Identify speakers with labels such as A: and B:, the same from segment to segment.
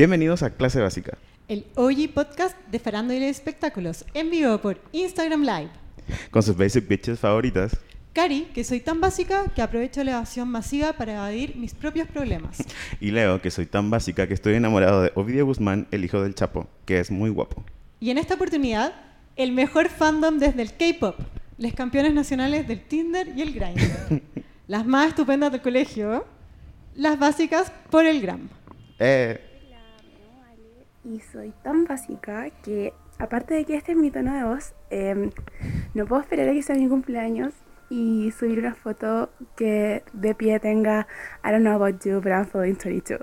A: Bienvenidos a Clase Básica.
B: El OG Podcast de Farándula y Espectáculos, en vivo por Instagram Live.
A: Con sus basic bitches favoritas.
B: Cari, que soy tan básica que aprovecho la evasión masiva para evadir mis propios problemas.
A: Y Leo, que soy tan básica que estoy enamorado de Ovidio Guzmán, el hijo del Chapo, que es muy guapo.
B: Y en esta oportunidad, el mejor fandom desde el K-pop, los campeones nacionales del Tinder y el Grindr, las más estupendas del colegio, las básicas por el Gram.
A: Eh,
C: Y soy tan básica que, aparte de que este es mi tono de voz, eh, no puedo esperar a que sea mi cumpleaños y subir una foto que de pie tenga I don't know about you, but I'm feeling 22.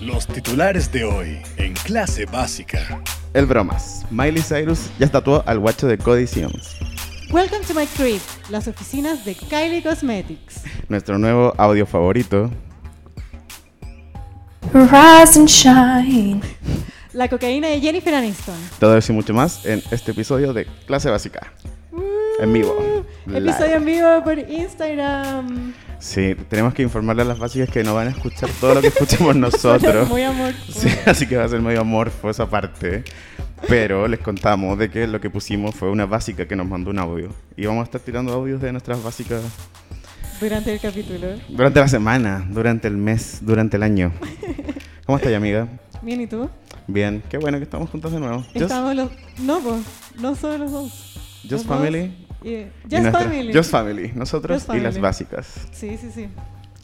D: Los titulares de hoy en clase básica.
A: el bromas. Miley Cyrus ya tatuó al guacho de Cody Sims.
B: Welcome to my crib, las oficinas de Kylie Cosmetics.
A: Nuestro nuevo audio favorito.
E: Rise and shine.
B: La cocaína de Jennifer Aniston.
A: Todo eso y mucho más en este episodio de Clase Básica. En vivo.
B: Uh, Episodio en
A: Live.
B: vivo por Instagram.
A: Sí, tenemos que informarle a las básicas que no van a escuchar todo lo que escuchamos nosotros.
B: Muy amor.
A: Sí, así que va a ser medio amorfo esa parte. Pero les contamos de que lo que pusimos fue una básica que nos mandó un audio. Y vamos a estar tirando audios de nuestras básicas
B: Durante el capítulo.
A: durante la semana, durante el mes, durante el año. ¿Cómo estás, amiga?
B: Bien, ¿y tú?
A: Bien, qué bueno que estamos juntos de nuevo. Just,
B: Estamos los... No, po, no solo los dos.
A: Just
B: Los dos
A: Family.
B: y-
A: y
B: Just
A: nuestra-
B: Family.
A: Just Family, nosotros
B: Just
A: y las
B: Family.
A: básicas.
B: Sí, sí, sí.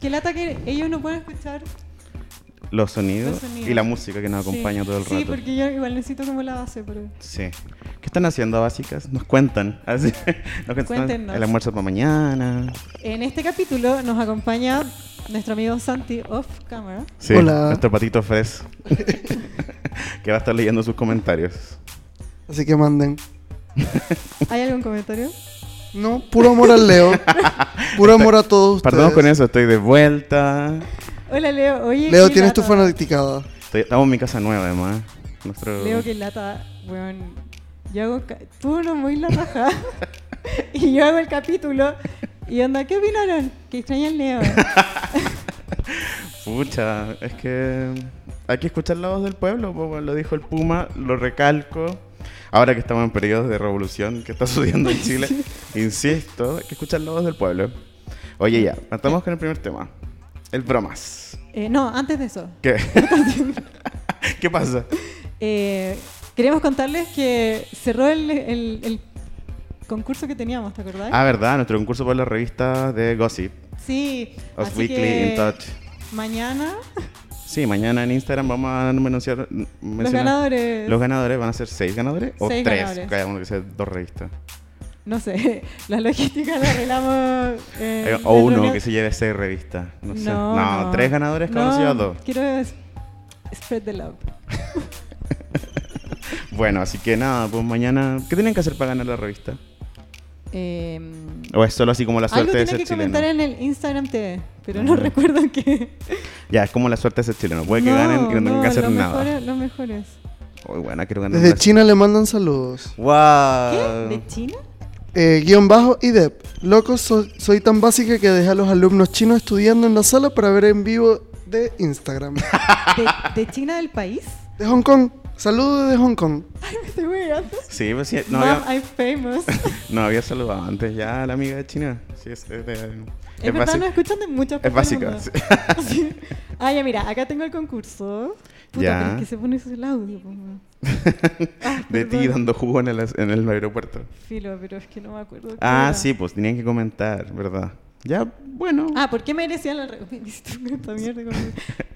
B: Qué lata que ellos no pueden escuchar.
A: Los sonidos,
B: Los sonidos.
A: y la música que nos
B: Sí.
A: acompaña todo el rato.
B: Sí, porque yo igual necesito como la base, pero...
A: Sí. ¿Qué están haciendo básicas? Nos cuentan. Así- nos cuentan
B: Cuéntenos.
A: el almuerzo para mañana.
B: En este capítulo nos acompaña nuestro amigo Santi off camera.
A: Sí,
F: Hola.
A: nuestro patito Fres. que va a estar leyendo sus comentarios.
F: Así que manden.
B: ¿Hay algún comentario?
F: No, puro amor al Leo. Puro amor a todos ustedes.
A: Perdón con eso, estoy de vuelta.
B: Hola, Leo. Oye,
F: Leo,
B: qué
F: tienes tu
B: lata.
F: fanaticada.
A: Estoy- estamos en mi casa nueva, además. Nuestro...
B: Leo, que lata, weón. Yo hago... ca- Tú no muy la raja. y yo hago el capítulo. Y onda, ¿qué opinaron? Que extrañan Leo.
A: Pucha, es que hay que escuchar la voz del pueblo, como lo dijo el Puma, lo recalco. Ahora que estamos en periodos de revolución que está sucediendo en Chile, insisto, hay que escuchar la voz del pueblo. Oye, ya, estamos con el primer tema. El bromas.
B: Eh, no, antes de eso.
A: ¿Qué? ¿Qué pasa?
B: Eh, queremos contarles que cerró el, el- el concurso que teníamos, ¿te acordás?
A: Ah, verdad, nuestro concurso por la revista de Gossip,
B: sí.
A: Us
B: así
A: Weekly,
B: que
A: In Touch.
B: Mañana
A: Sí, mañana en Instagram vamos a anunciar
B: los ganadores,
A: Los ganadores van a ser seis ganadores o
B: Seis
A: tres,
B: ganadores.
A: cada uno que sea dos revistas.
B: no sé, la logística la arreglamos. eh,
A: Eh, o
B: en
A: uno
B: reunión.
A: que se lleve seis revistas. No, sé.
B: No,
A: no,
B: no.
A: tres ganadores, cada uno se lleva dos.
B: Quiero es- spread the love.
A: Bueno, así que nada, pues mañana. ¿Qué tienen que hacer para ganar la revista?
B: Eh,
A: ¿O es solo así como la
B: algo
A: suerte de
B: tiene
A: ser
B: que
A: chileno?
B: comentar en el Instagram TV, pero no
A: Ah.
B: recuerdo qué.
A: Ya, es como la suerte de ser chileno. Puede que ganen y no tengan que hacer
B: los
A: nada.
B: Mejores, los mejores.
A: Uy, bueno, quiero ganar.
F: Desde
A: la-
F: China le mandan saludos.
A: ¡Wow!
B: ¿Qué? ¿De China?
F: Eh, guión bajo y Dep. Loco, so- soy tan básica que dejé a los alumnos chinos estudiando en la sala para ver en vivo de Instagram.
B: ¿De, de China del país?
F: De Hong Kong. Saludos de Hong Kong.
B: Estoy weyando.
A: Sí, pues sí, no
B: Mom,
A: había,
B: I'm famous.
A: no había saludado antes ya a la amiga de China. Sí, es, es de-
B: Es verdad,
A: básico.
B: no escuchan de muchas
A: Es
B: partes del
A: básica.
B: mundo.
A: sí.
B: Sí. Ah, ya, mira, acá tengo el concurso. Puta,
A: Ya.
B: pero es que se pone eso el audio, po, weón. Ah,
A: De ti
B: perdón.
A: dando jugo en el, as- en el aeropuerto.
B: Filo, pero es que no me acuerdo. qué
A: Ah,
B: era.
A: sí, pues tenían que comentar, ¿verdad? Ya, bueno.
B: Ah, ¿por qué merecían la respuesta?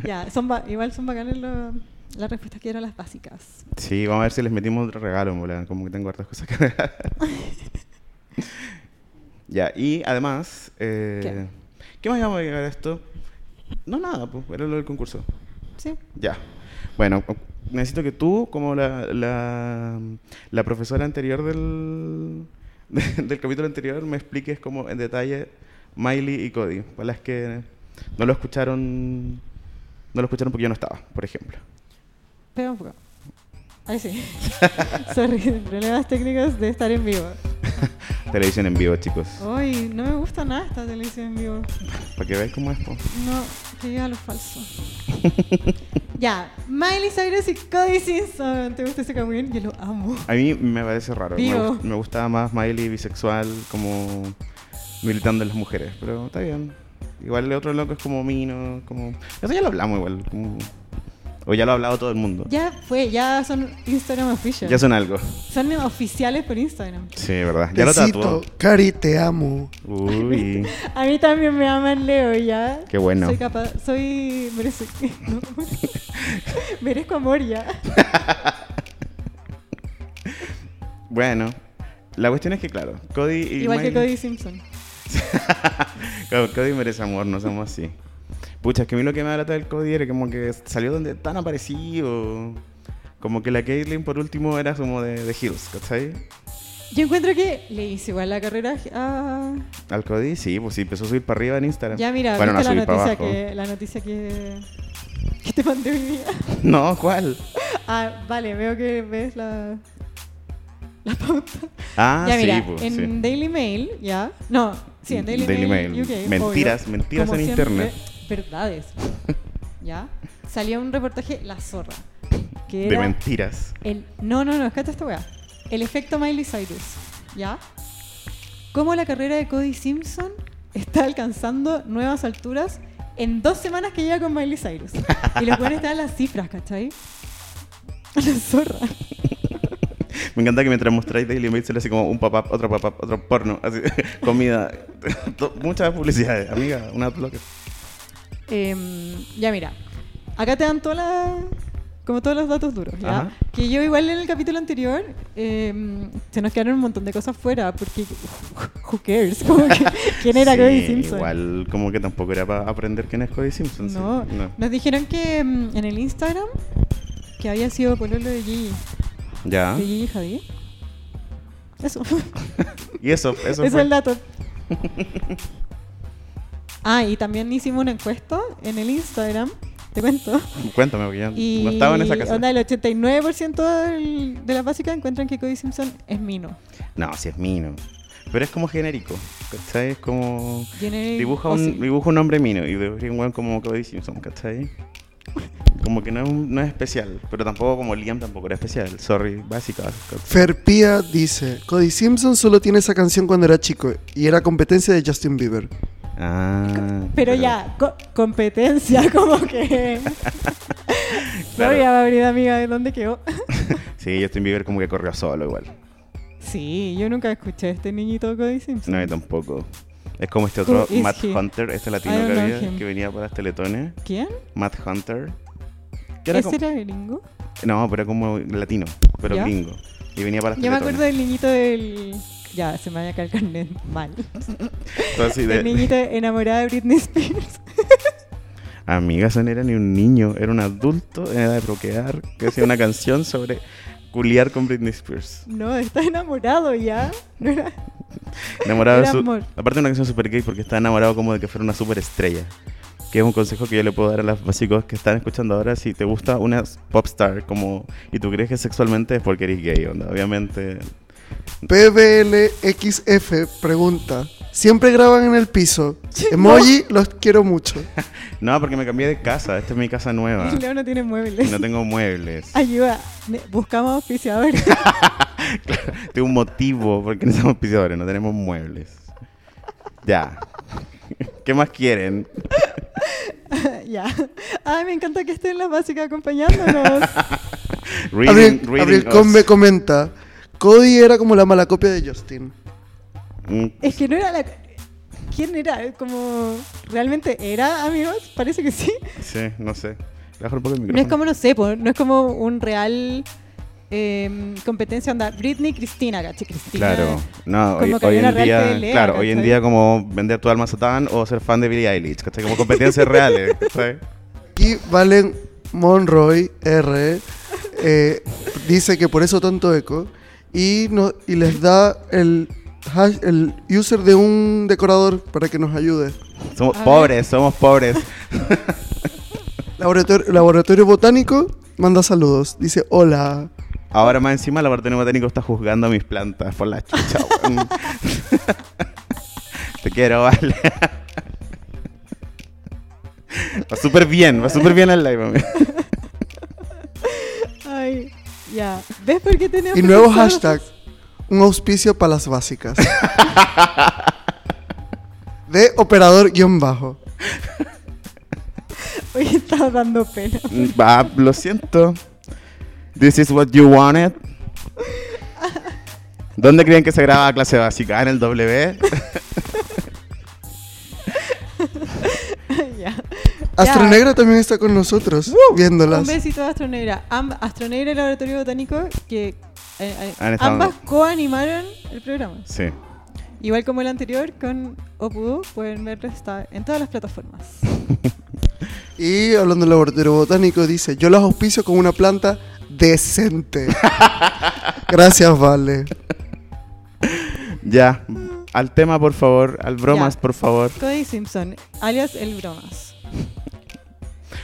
B: ya, son ba- igual son bacanas lo- las respuestas que eran las básicas.
A: Sí, vamos a ver si les metimos otro regalo, en volada, Como que tengo hartas cosas que regalar. ya, y además... eh,
B: ¿Qué?
A: ¿Qué más íbamos a llegar a esto? No, nada, pues, era lo del concurso.
B: Sí.
A: Ya. Bueno, o- necesito que tú, como la, la, la profesora anterior del, del capítulo anterior, me expliques como en detalle Miley y Cody. Para las que no lo escucharon... No lo escucharon porque yo no estaba, por ejemplo.
B: Espera un poco. Ay, sí. Sorry, problemas técnicos de estar en vivo.
A: Televisión en vivo, chicos.
B: Hoy no me gusta nada esta televisión en vivo.
A: Para que veáis cómo es. po.
B: No, que llega lo falso. ya, Miley Cyrus y Cody Simpson. ¿Te gusta ese camión? Yo lo amo.
A: A mí me parece raro. Me,
B: Vivo.
A: gu- me gustaba más Miley bisexual, como militando en las mujeres. Pero está bien. Igual el otro loco es como Mino. como Eso ya lo hablamos igual. como- O ya lo ha hablado todo el mundo. Ya,
B: Ya fue, ya son Instagram official.
A: son algo.
B: Son oficiales por Instagram.
A: Sí, verdad. Ya lo tatuó.
F: Cari, te amo.
A: Uy.
B: A mí también me aman Leo, ya.
A: Qué bueno.
B: Soy capaz, soy. Merezco, no, ¿cómo es? merezco amor, ya.
A: Bueno. La cuestión es que, claro, Cody y
B: Igual que
A: Miley-
B: Cody Simpson.
A: Claro, Cody merece amor, no somos así. Pucha, es que a mí lo que me lata del Cody era como que salió donde tan aparecido. Como que la Caitlyn por último era como de, de Hills, ¿cachai?
B: Yo encuentro que le hice igual la carrera a.
A: Al Cody sí, pues sí, empezó a subir para arriba en Instagram.
B: Ya, mira,
A: bueno, no a
B: ¿viste
A: subir
B: la
A: para
B: noticia,
A: abajo.
B: que, la noticia que, que te mandé hoy día?
A: No, ¿cuál?
B: Ah, vale, veo que ves la, la pauta.
A: Ah,
B: ya,
A: sí,
B: mira,
A: pues.
B: en
A: sí.
B: Daily Mail, ya. No, sí, en Daily,
A: Daily
B: Mail.
A: Mail.
B: UK,
A: Mentiras,
B: obvio.
A: mentiras
B: Como
A: en
B: siempre,
A: internet.
B: Verdades. ya. Salió un reportaje La Zorra. Que
A: De
B: era
A: mentiras.
B: el, no, no, no, escucha esta weá. El efecto Miley Cyrus, ¿ya? Cómo la carrera de Cody Simpson está alcanzando nuevas alturas en dos semanas que lleva con Miley Cyrus. Y los buenos están las cifras, ¿cachai? La zorra.
A: Me encanta que mientras mostráis Daily Mail sale así como un papá, otro papá, otro porno, así, comida, to- muchas publicidades, amiga, una bloque.
B: Em, ya mira, acá te dan toda la- como todos los datos duros, ¿ya?
A: Ajá.
B: Que yo igual en el capítulo anterior em, se nos quedaron un montón de cosas fuera porque who cares, como que, quién era
A: Sí,
B: Cody Simpson.
A: Igual, como que tampoco era para aprender quién es Cody Simpson. sí.
B: No, nos dijeron que mm, en el Instagram que había sido pololo de Gigi,
A: Ya.
B: de Gigi Javier. Eso,
A: Y eso, eso
B: eso es
A: fue.
B: el dato. ah, y también hicimos una encuesta en el Instagram, te cuento.
A: Cuéntame, porque yo
B: Y
A: no estaba en esa casa.
B: onda, el 89% del- de las básicas encuentran que Cody Simpson es Mino.
A: No, si es Mino. Pero es como genérico. ¿Cachai? Es como.
B: Generic
A: Dibuja
B: Ozzy.
A: un, dibuja un hombre Mino y dibuja un weón como Cody Simpson, ¿cachai? Como que no es, un- no es especial. Pero tampoco como Liam tampoco era especial. Sorry, básica. ¿cachai?
F: Ferpía dice, Cody Simpson solo tiene esa canción cuando era chico y era competencia de Justin Bieber.
A: Ah.
B: Pero ya, co- competencia, como que.
A: Claro.
B: Sorry, Gabriela, amiga, ¿de dónde quedó?
A: Sí, Justin Bieber como que corrió solo igual.
B: sí, yo nunca escuché a este niñito Cody Simpson.
A: No, yo tampoco. Es como este otro,
B: Who is
A: Matt
B: he?
A: Hunter, este latino
B: I don't
A: que
B: know
A: había,
B: him.
A: que venía para las teletones.
B: ¿Quién?
A: Matt Hunter. que era
B: ¿Ese
A: como-
B: era gringo?
A: No, pero era como latino, pero
B: ¿Ya?
A: gringo. Y venía para las
B: Yo
A: teletones.
B: me acuerdo del niñito del. Ya, se me había caído el carnet mal.
A: Entonces, sí, de-
B: El niñito enamorado de Britney Spears.
A: Amiga, eso no era ni un niño, era un adulto en edad de bloquear que hacía una canción sobre culiar con Britney Spears.
B: No, está enamorado ya. No era.
A: Enamorado de
B: Era
A: su...
B: amor.
A: Aparte una canción super gay porque estaba enamorado como de que fuera una super estrella. Que es un consejo que yo le puedo dar a los básicos que están escuchando ahora. Si te gusta una popstar como... Y tú crees que sexualmente es porque eres gay, onda. Obviamente...
F: PBLXF pregunta, siempre graban en el piso. Emoji, los quiero mucho.
A: No, porque me cambié de casa. Esta es mi casa nueva.
B: Leo no tiene muebles.
A: Ah. No tengo muebles.
B: Ayuda, ne- buscamos auspiciadores.
A: Tengo un motivo porque no somos pisadores, no tenemos muebles. Ya. ¿Qué más quieren?
B: ya. Ay, me encanta que estén las básicas acompañándonos.
A: Reading,
F: Abril,
A: reading
F: Abril
A: us.
F: Com me comenta, Cody era como la mala copia de Justin.
A: Mm,
B: es que no era la. ¿Quién era? Como. ¿Realmente era, amigos? Parece que sí.
A: Sí, no sé. Baja un poco el
B: No es
A: micrófono.
B: como, no sé, po, no es como un real. em, competencia onda Britney Cristina, caché Cristina.
A: Claro, no,
B: Como
A: hoy,
B: que
A: hoy en
B: había una real
A: día,
B: pelea,
A: claro, hoy en
B: ¿cachai?
A: día como vender tu alma a Satán o ser fan de Billie Eilish, ¿cachai? Como competencias reales, ¿cachai?
F: Y Valen Monroy R eh, dice que por eso tanto eco y, no, y les da el, hash- el user de un decorador para que nos ayude.
A: Somos
B: A ver.
A: pobres, somos pobres.
F: Laboratorio, Laboratorio Botánico manda saludos. Dice, hola.
A: Ahora más encima la parte botánico está juzgando a mis plantas por la chucha, weón. Te quiero, vale. Va súper bien, va súper bien el live, amigo.
B: Ay, ya. ¿Ves por qué tenemos
F: Y
B: que
F: nuevo
B: pensar-
F: hashtag, un auspicio para las básicas. De operador guión bajo.
B: Oye, está dando pena.
A: Mm, Va, lo siento. This is what you wanted. ¿Dónde creen que se graba clase básica? ¿En el W?
B: ya.
F: Astronegra también está con nosotros, viéndolas.
B: Un besito a Astronegra. Am- Astronegra y Laboratorio Botánico que eh, eh,
A: Han estado-
B: ambas coanimaron el programa.
A: Sí.
B: Igual como el anterior con Opudo, pueden verlo está en todas las plataformas.
F: Y hablando del laboratorio botánico, dice, yo las auspicio con una planta decente. Gracias, Vale.
A: Ya. Al tema, por favor. Al bromas,
B: Ya.
A: por favor.
B: Cody Simpson, alias el Bromas.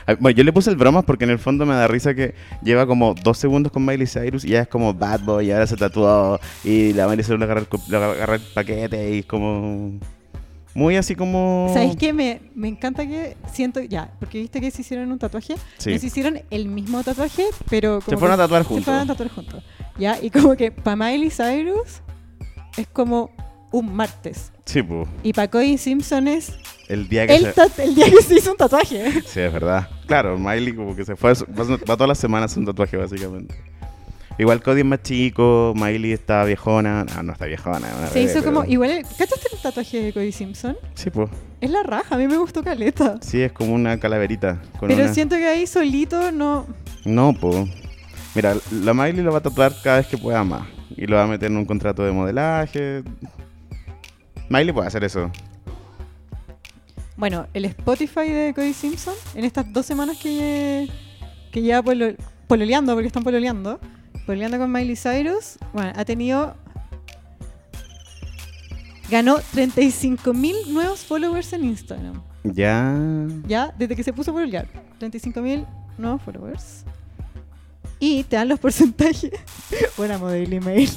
A: Ay, Bueno, yo le puse el bromas porque en el fondo me da risa que lleva como dos segundos con Miley Cyrus y ya es como bad boy y ahora se tatuó y la Miley Cyrus le agarra el, cu- le agarra el paquete y es como... Muy así como...
B: ¿Sabéis qué? Me, me encanta que siento, ya, porque viste que se hicieron un tatuaje.
A: Sí.
B: Nos hicieron el mismo tatuaje, pero como.
A: Se fueron
B: que-
A: a tatuar
B: Se
A: juntos.
B: fueron a tatuar juntos. Ya, y como que para Miley Cyrus es como un martes.
A: Sí, pu,
B: Y para Cody Simpson es
A: El día que
B: el,
A: se...
B: tat- el día que se hizo un tatuaje.
A: Sí, es verdad. Claro, Miley como que se fue, a su- va, va todas las semanas a un tatuaje básicamente. Igual Cody es más chico, Miley está viejona. No, no está viejona. es una
B: Se
A: bebé,
B: hizo como.
A: pero-
B: Igual, el- ¿cachaste el tatuaje de Cody Simpson?
A: Sí, pues.
B: Es la raja, a mí me gustó caleta.
A: Sí, es como una calaverita. con
B: Pero
A: una-
B: siento que ahí solito no.
A: No, po. Mira, la Miley lo va a tatuar cada vez que pueda más. Y lo va a meter en un contrato de modelaje. Miley puede hacer eso.
B: Bueno, el Spotify de Cody Simpson, en estas dos semanas que, que lleva polo- pololeando, porque están pololeando, pololeando con Miley Cyrus, bueno, ha tenido. Ganó 35.000 nuevos followers en Instagram.
A: Ya.
B: Ya, desde que se puso a pololear. 35.000 nuevos followers. Y te dan los porcentajes. Buena modelo email.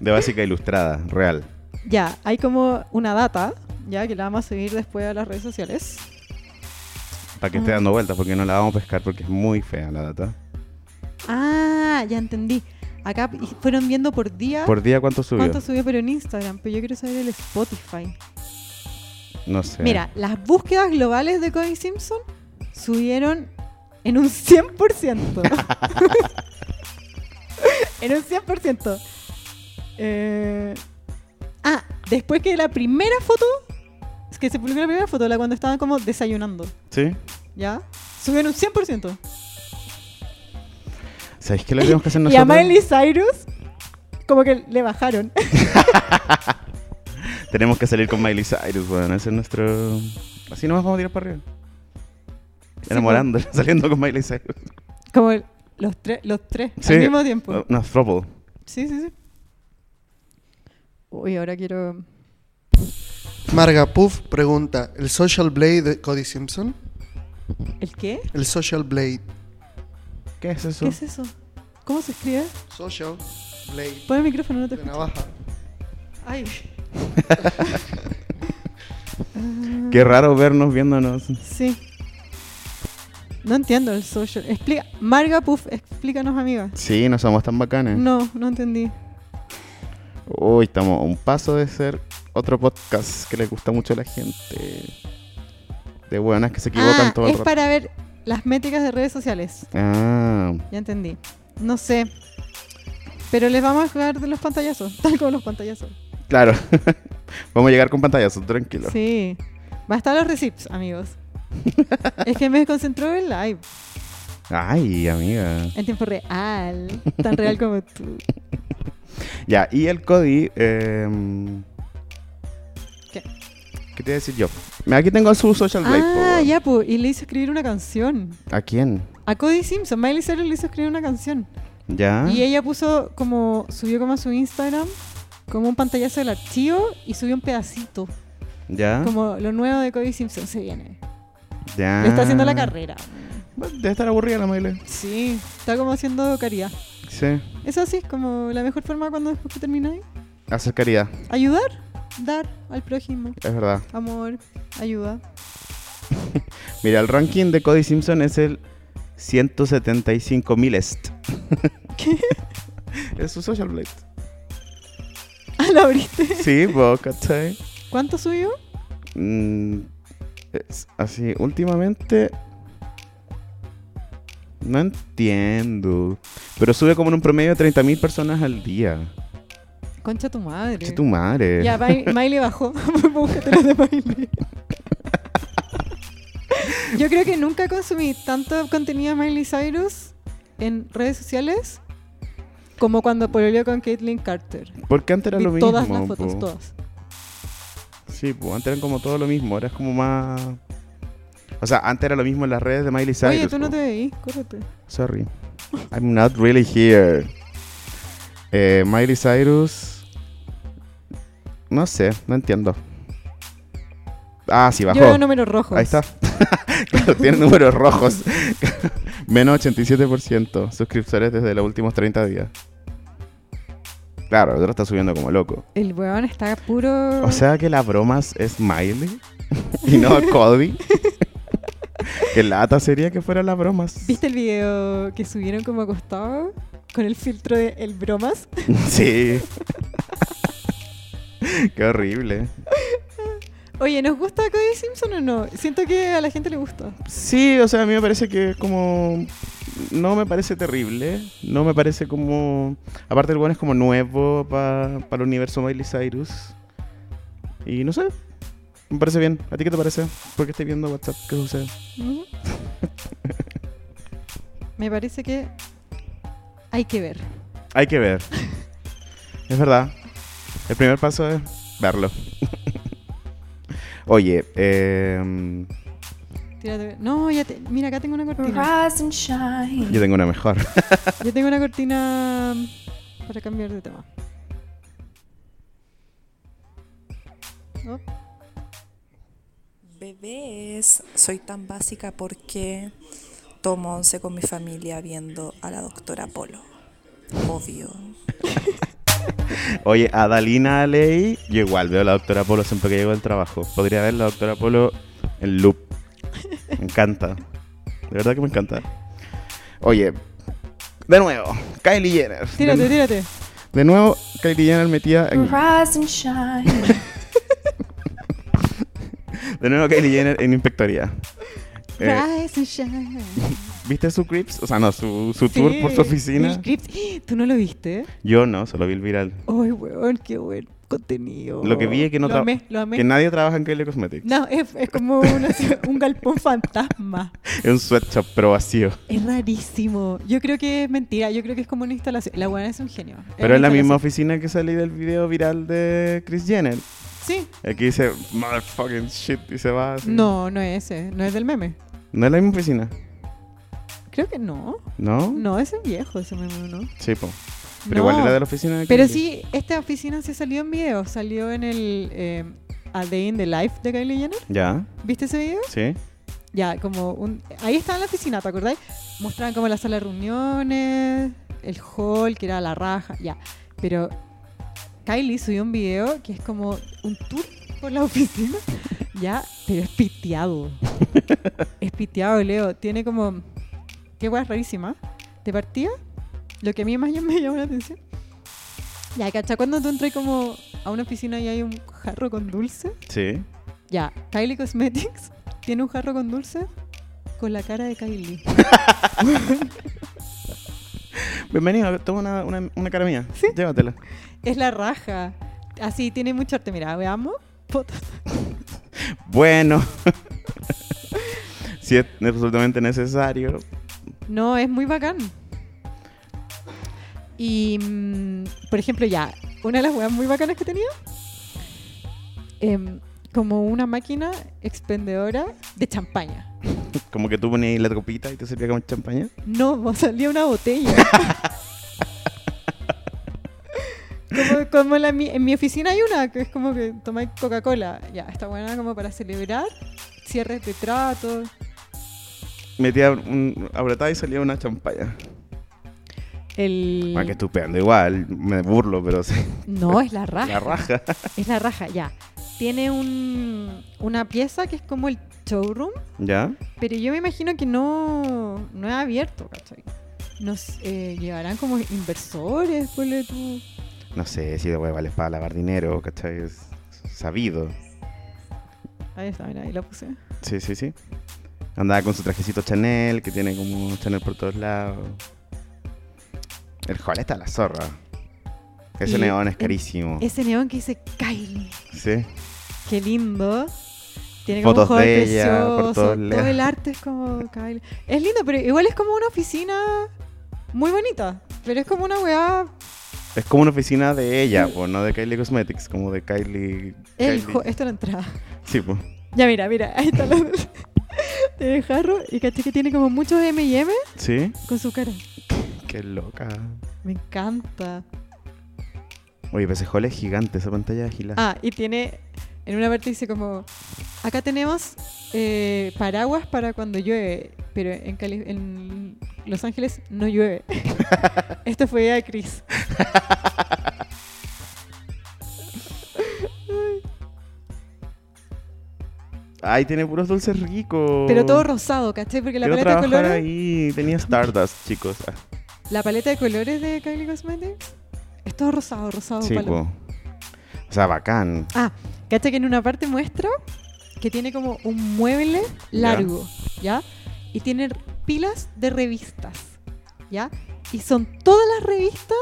A: De básica ilustrada, real.
B: Ya, hay como una data, ya que la vamos a subir después a las redes sociales.
A: Para que esté dando vueltas, porque no la vamos a pescar porque es muy fea la data.
B: Ah, ya entendí. Acá p- fueron viendo por día
A: ¿Por día cuánto subió?
B: cuánto subió, pero en Instagram. Pero yo quiero saber el Spotify.
A: No sé.
B: Mira, las búsquedas globales de Cody Simpson subieron en un 100%. en un 100%. Eh, ah, después que la primera foto, es que se publicó la primera foto, la cuando estaban como desayunando,
A: ¿Sí?
B: ¿ya? Subió en un 100%.
A: ¿Sabéis qué lo que tenemos que hacer
B: Y a
A: nosotros?
B: Miley Cyrus, como que le bajaron.
A: Tenemos que salir con Miley Cyrus, weón. Ese es nuestro. Así nomás vamos a tirar para arriba. Enamorando,
B: pues.
A: saliendo con Miley Cyrus.
B: Como el- los, tres los tres
A: Sí. Ah.
B: al mismo tiempo.
A: Una trouble.
B: Sí, sí, sí. Uy, ahora quiero...
F: Marga Puff pregunta, ¿el Social Blade de Cody Simpson?
B: ¿El qué?
F: El Social Blade.
A: ¿Qué es eso?
B: ¿Qué es eso? ¿Cómo se escribe?
F: Social Blade.
B: Pon el micrófono, no te
F: De
B: escucho.
F: navaja.
B: Ay.
A: Qué raro vernos viéndonos.
B: Sí. No entiendo el social. Explica. Marga Puff, explícanos, amiga.
A: Sí, no somos tan bacanes.
B: No, no entendí.
A: Uy, estamos a un paso de ser otro podcast que le gusta mucho a la gente. De buenas que se equivocan
B: Ah,
A: todo el
B: es
A: rato.
B: para ver las métricas de redes sociales.
A: Ah,
B: Ya entendí. No sé. Pero les vamos a jugar de los pantallazos, tal como los pantallazos.
A: claro. vamos a llegar con pantallazos, tranquilo.
B: Sí. Va a estar los receipts, amigos. es que me desconcentró el live.
A: Ay, amiga.
B: En tiempo real. Tan real como tú.
A: Ya, y el Cody. em,
B: ¿Qué?
A: ¿Qué te iba a decir yo? Mira, Aquí tengo su social blade. po,
B: Ah,
A: weón.
B: ya, pues. Y le hizo escribir una canción.
A: ¿A quién?
B: A Cody Simpson. Miley Cyrus le hizo escribir una canción.
A: ¿Ya?
B: Y ella puso como. Subió como a su Instagram. Como un pantallazo del archivo. Y subió un pedacito.
A: ¿Ya? Ah.
B: Como lo nuevo de Cody Simpson se viene.
A: ¿Ya? Ah. Pues,
B: Le está haciendo la carrera.
A: Debe estar aburrida la Miley.
B: Sí, está como haciendo caridad.
A: Sí.
B: Eso sí, es como la mejor forma cuando después que termináis.
A: Hacer caridad,
B: Ayudar, dar al prójimo.
A: es verdad.
B: Amor, ayuda.
A: Mira, el ranking de Cody Simpson es el 175.000 est. ¿Qué? es su social blade.
B: Ah, ¿la abriste?
A: Sí, vos, ¿cachai?
B: ¿Cuánto subió?
A: Mm, es así, últimamente. No entiendo. Pero sube como en un promedio de 30.000 personas al día.
B: Concha tu madre.
A: Che, tu madre.
B: Ya, Bai- Miley bajó. Búscate los de Miley. Yo creo que nunca consumí tanto contenido de Miley Cyrus en redes sociales como cuando pololeó con Caitlyn Carter.
A: Porque antes era
B: Vi
A: lo mismo.
B: todas las fotos,
A: po.
B: todas.
A: Sí, pues antes eran como todo lo mismo. Ahora es como más. O sea, antes era lo mismo en las redes de Miley Cyrus.
B: Oye, tú no
A: po.
B: te veís, córrete.
A: Sorry. I'm not really here. Eh, Miley Cyrus. No sé, no entiendo. Ah, sí, bajó.
B: Yo veo números rojos.
A: Ahí está. claro, tiene números rojos. Menos 87% suscriptores desde los últimos 30 días. Claro, el otro está subiendo como loco.
B: El weón está puro.
A: O sea que la broma es Miley y no Cody. Qué lata sería que fueran las bromas.
B: ¿Viste el video que subieron como acostado? Con el filtro de El Bromas.
A: Sí. Qué horrible.
B: Oye, ¿nos gusta Cody Simpson o no? Siento que a la gente le gusta.
A: Sí, o sea, a mí me parece que es como... No me parece terrible, no me parece como... Aparte el bueno es como nuevo pa- para el universo Miley Cyrus. Y no sé, me parece bien. ¿A ti qué te parece? Porque estoy viendo WhatsApp, ¿qué sucede?
B: Ujú. Me parece que hay que ver.
A: Hay que ver. es verdad. El primer paso es verlo. Oye, eh...
B: Tírate- No, ya te- mira, acá tengo una cortina.
E: Rise and shine.
A: Yo tengo una mejor.
B: Yo tengo una cortina mm, para cambiar de tema. Oh,
G: Bebés, soy tan básica porque tomo once con mi familia viendo a la doctora Polo. Obvio.
A: Oye, a Dalina Aley, yo igual veo a la doctora Polo siempre que llego del trabajo. Podría ver la doctora Polo en loop. Me encanta. De verdad que me encanta. Oye, de nuevo, Kylie Jenner.
B: Tírate,
A: de,
B: tírate.
A: de nuevo, Kylie Jenner metida en.
E: Rise and shine.
A: De nuevo, Kylie Jenner en inspectoría. Eh,
B: Rise and shine.
A: ¿Viste su Crips? O sea, no, su, su tour por su
B: Sí,
A: oficina.
B: Will Crips. ¿Tú no lo viste?
A: Yo no, solo vi el viral.
B: Ay, weón, qué buen contenido.
A: Lo que vi es que no
B: Lo
A: tra-
B: amé, lo amé.
A: Que nadie trabaja en Kylie Cosmetics.
B: No, es, es como una- un galpón fantasma.
A: Es un sweatshop, pero vacío.
B: Es rarísimo. Yo creo que es mentira. Yo creo que es como una instalación. La buena es un genio.
A: Pero es
B: una
A: la misma
B: instalación.
A: oficina que salí del video viral de Chris Jenner.
B: Sí.
A: Aquí dice, motherfucking shit, y se va. así.
B: No, no es ese. No es del meme.
A: No es la misma oficina,
B: Creo que no.
A: ¿no?
B: No, ese es viejo ese meme, ¿no?
A: Sí, po. Pero
B: No.
A: igual era de la oficina de
B: Pero
A: Kylie.
B: sí, esta oficina sí salió en video. Salió en el eh, A Day in the Life de Kylie Jenner.
A: Ya,
B: ¿Viste ese video?
A: sí.
B: Ya, como un... Ahí estaba en la oficina, ¿te acordáis? Mostraban como la sala de reuniones, el hall, que era la raja, ya. Pero Kylie subió un video que es como un tour por la oficina, ya, pero es piteado. es piteado, Leo. Tiene como... Qué weas rarísima. De partida, lo que a mí más me llamó la atención. Ya, ¿cachai? Cuando tú entras como a una oficina y hay un jarro con dulce.
A: Sí.
B: Ya, Kylie Cosmetics tiene un jarro con dulce con la cara de Kylie.
A: Bienvenido, toma una, una, una cara mía. Sí. Llévatela.
B: Es la raja. Así, tiene mucho arte. Mira, veamos. fotos.
A: Bueno. si es absolutamente necesario.
B: No, es muy bacán. Y, mm, por ejemplo, ya, una de las weas muy bacanas que tenía, em, como una máquina expendedora de champaña.
A: Como que tú ponías la copita y te servía como champaña.
B: No, salía una botella. como como la mi- en mi oficina hay una que es como que tomáis Coca-Cola. Ya, está buena como para celebrar cierres de trato.
A: metía un apretada y salía una champaña.
B: El...
A: Ah, qué estupendo. Igual, me burlo, pero sí.
B: No, es la raja.
A: La raja.
B: Es la raja, ya. Tiene un, una pieza que es como el showroom,
A: ¿Ya?
B: pero yo me imagino que no, no es abierto, ¿cachai? Nos eh, llevarán como inversores, ponle tú.
A: No sé si de hueá vale para lavar dinero, ¿cachai? Es sabido.
B: Ahí está, mira, ahí la puse.
A: Sí, sí, sí. Andaba con su trajecito Chanel, que tiene como Chanel por todos lados. El Juan está la zorra. Ese
B: Y-
A: neón es
B: eh,
A: carísimo.
B: Ese neón que dice Kylie.
A: Sí.
B: Qué lindo. Tiene
A: Fotos
B: como un joven
A: de ella por
B: precioso.
A: todos lados.
B: todo el arte es como Kylie. Es lindo, pero igual es como una oficina muy bonita. Pero es como una weá.
A: Es como una oficina de ella, po, no de Kylie Cosmetics, como de Kylie.
B: El
A: Kylie.
B: jo- Esta es la entrada.
A: Sí, po.
B: Ya, mira, mira. Ahí está la. Tiene jarro y caché que tiene como muchos MM
A: Sí.
B: con su cara.
A: Qué loca.
B: Me encanta.
A: Oye, ese hall es gigante, esa pantalla es gigante.
B: Ah, y tiene. En una parte dice como. Acá tenemos eh, paraguas para cuando llueve. Pero en, Cali- en Los Ángeles no llueve. Esto fue idea de Chris.
A: Ahí tiene puros dulces ricos.
B: Pero todo rosado, ¿cachai? Porque la
A: Quiero
B: paleta de
A: trabajar
B: colores.
A: ahí. Tenía Stardust, chicos. Ah,
B: La paleta de colores de Kylie Cosmetics es todo rosado, rosado.
A: sí,
B: Oh, palo.
A: po. O sea, bacán.
B: Ah, ¿cachai? Que en una parte muestra que tiene como un mueble largo, ¿ya? Y tiene pilas de revistas, ¿ya? Y son todas las revistas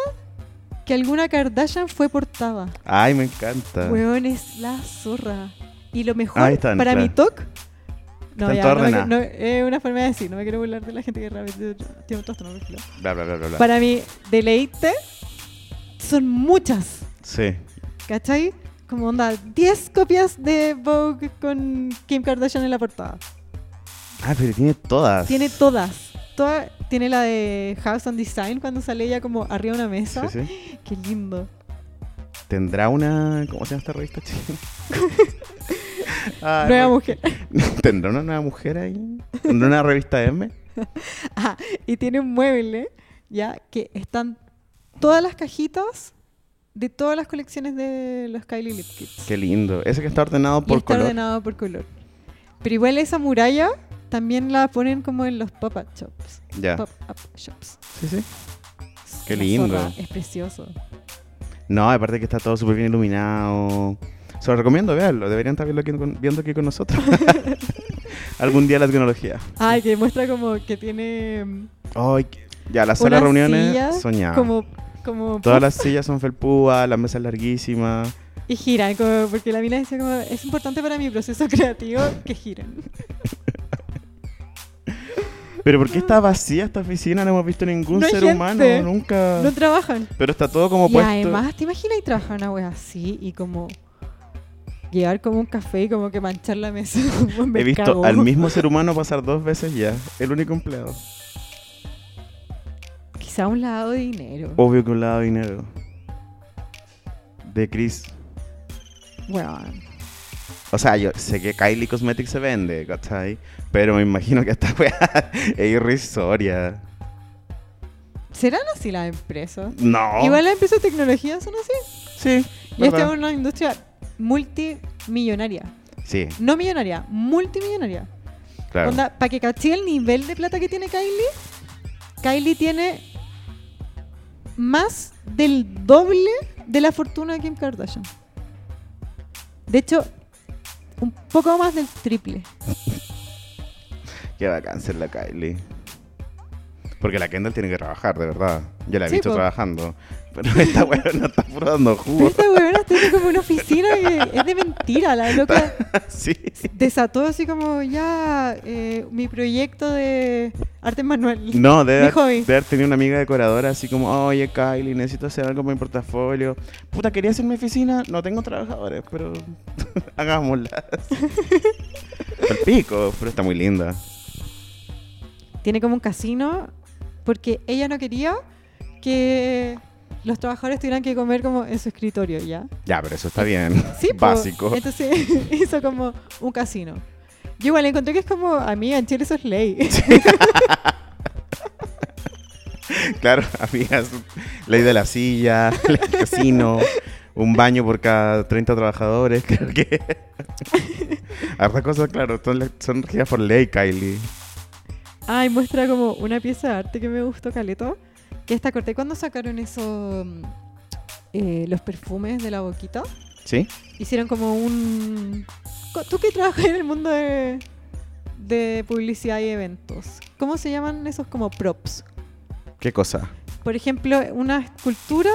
B: que alguna Kardashian fue portada.
A: Ay, me encanta.
B: Weón es la zorra. Y lo mejor
A: Ah. Ahí están,
B: para
A: claro.
B: mi TOC. No,
A: Están
B: ya,
A: todas
B: no me qui-
A: ordenadas.
B: no- es una forma de decir, no me quiero burlar de la gente que realmente tiene un trastorno. pero-
A: Bla, bla, bla, bla. bla.
B: Para mi deleite son muchas.
A: Sí.
B: ¿Cachai? Como onda, 10 copias de Vogue con Kim Kardashian en la portada.
A: Ah, pero tiene todas.
B: Tiene todas. Toda- tiene la de House and Design cuando sale ella como arriba de una mesa.
A: Sí, sí.
B: Qué lindo.
A: Tendrá una. ¿Cómo se llama esta revista, chicos? Ay,
B: Nueva
A: me-
B: mujer.
A: ¿Tendrá una nueva mujer ahí? ¿Tendrá una revista M?
B: Ah, y tiene un mueble, ya, que están todas las cajitas de todas las colecciones de los Kylie Lip Kits.
A: Qué lindo. Ese que está ordenado
B: Y
A: por
B: está
A: color.
B: ordenado por color. Pero igual esa muralla también la ponen como en los pop-up shops.
A: Ya.
B: Pop-up shops.
A: Sí, sí. Qué
B: La
A: lindo.
B: zorra, Es precioso.
A: No, aparte que está todo súper bien iluminado. Se lo recomiendo, véanlo. Deberían estar viendo aquí con, viendo aquí con nosotros. Algún día la tecnología.
B: Ay, que muestra como que tiene mm,
A: Ay, qué- ya, las salas de
B: unas
A: reuniones
B: sillas
A: soñadas.
B: Como, como
A: Todas las sillas son felpúas, las mesas larguísimas.
B: y giran, como porque la mina dice como es importante para mi proceso creativo que giren.
A: Pero ¿por qué está vacía esta oficina? No hemos visto ningún
B: No hay
A: ser
B: gente.
A: humano, nunca.
B: No trabajan.
A: Pero está todo Ah. como
B: y
A: puesto.
B: además, ¿te imaginas y trabajar una wea así y como llegar como un café y como que manchar la mesa? Como, me
A: He visto
B: cago.
A: al mismo ser humano pasar dos veces ya. El único empleado.
B: Quizá un lavado de dinero.
A: Obvio que un lado de dinero. De Chris.
B: Weón.
A: O sea, yo sé que Kylie Cosmetics se vende, ¿cachai? Pero me imagino que esta weá es irrisoria.
B: ¿Serán así las empresas?
A: No.
B: Igual este las empresas de tecnología son así.
A: Sí.
B: Y esta es
A: Oh. ¿verdad?
B: una industria multimillonaria.
A: Sí,
B: No millonaria, multimillonaria.
A: claro.
B: Onda, para que caché el nivel de plata que tiene Kylie, Kylie tiene más del doble de la fortuna de Kim Kardashian. De hecho, un poco más del triple.
A: Que va a cáncer la Kylie. Porque la Kendall tiene que trabajar, de verdad. Yo la he
B: Sí,
A: visto
B: po.
A: trabajando. Pero esta weona está puro dando
B: Pero
A: jugo.
B: esta huevona tiene como una oficina que es de mentira, la loca.
A: sí.
B: Desató así como ya eh, mi proyecto de arte manual.
A: No, debe
B: Mi
A: haber,
B: hobby.
A: debe haber tenido una amiga decoradora así como, oye Kylie, necesito hacer algo para mi portafolio. Puta, quería hacer mi oficina, no tengo trabajadores, pero hagámosla. El pico, pero está muy linda.
B: tiene como un casino porque ella no quería que los trabajadores tuvieran que comer como en su escritorio, ¿ya?
A: Ya, pero eso está bien.
B: Sí, po.
A: Básico.
B: Entonces hizo como un casino. Yo igual encontré que es como, a mí en Chile eso es ley.
A: Claro, amigas, ley de la silla, el casino, un baño por cada 30 trabajadores, creo que... Hartas cosas, claro, son, le- son regidas por ley, Kylie.
B: Ay, muestra como una pieza de arte que me gustó, Caleto. Que esta corté cuando sacaron esos mm, eh, los perfumes de la boquita.
A: ¿Sí?
B: Hicieron como un... co- Tú que trabajas en el mundo de, de publicidad y eventos. ¿Cómo se llaman esos como props?
A: ¿Qué cosa?
B: Por ejemplo, una escultura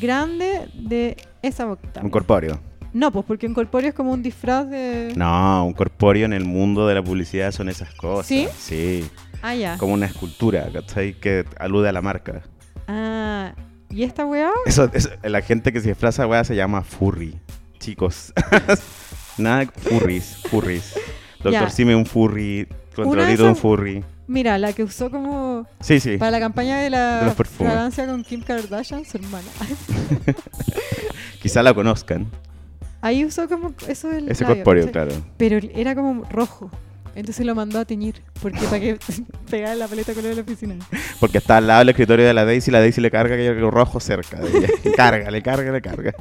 B: grande de esa boquita.
A: Un corpóreo.
B: No, pues porque un corpóreo es como un disfraz de...
A: No, un corpóreo en el mundo de la publicidad son esas cosas.
B: ¿Sí?
A: Sí.
B: Ah, ya.
A: Como una escultura, ¿cachai? Que alude a la marca.
B: Ah, ¿y esta weá?
A: Eso, eso- la gente que se disfraza, weá, se llama furry. Chicos. Nada, furries, furries.
B: Ya.
A: Doctor Simi, un furry.
B: Una de
A: Controlito, un
B: esas-
A: furry.
B: Mira, la que usó como
A: Sí, sí.
B: para la campaña de
A: De
B: la
A: los perfumes.
B: fragancia con Kim Kardashian, su hermana.
A: Quizá la conozcan.
B: Ahí usó como eso del
A: Ese
B: labio,
A: corpóreo,
B: ¿cachai?
A: claro.
B: Pero era como rojo. Entonces lo mandó a teñir, porque para que pegara la paleta color de la oficina.
A: Porque está al lado del escritorio de la Daisy y la Daisy le carga que hay algo rojo cerca de ella. Le carga, le carga, le carga.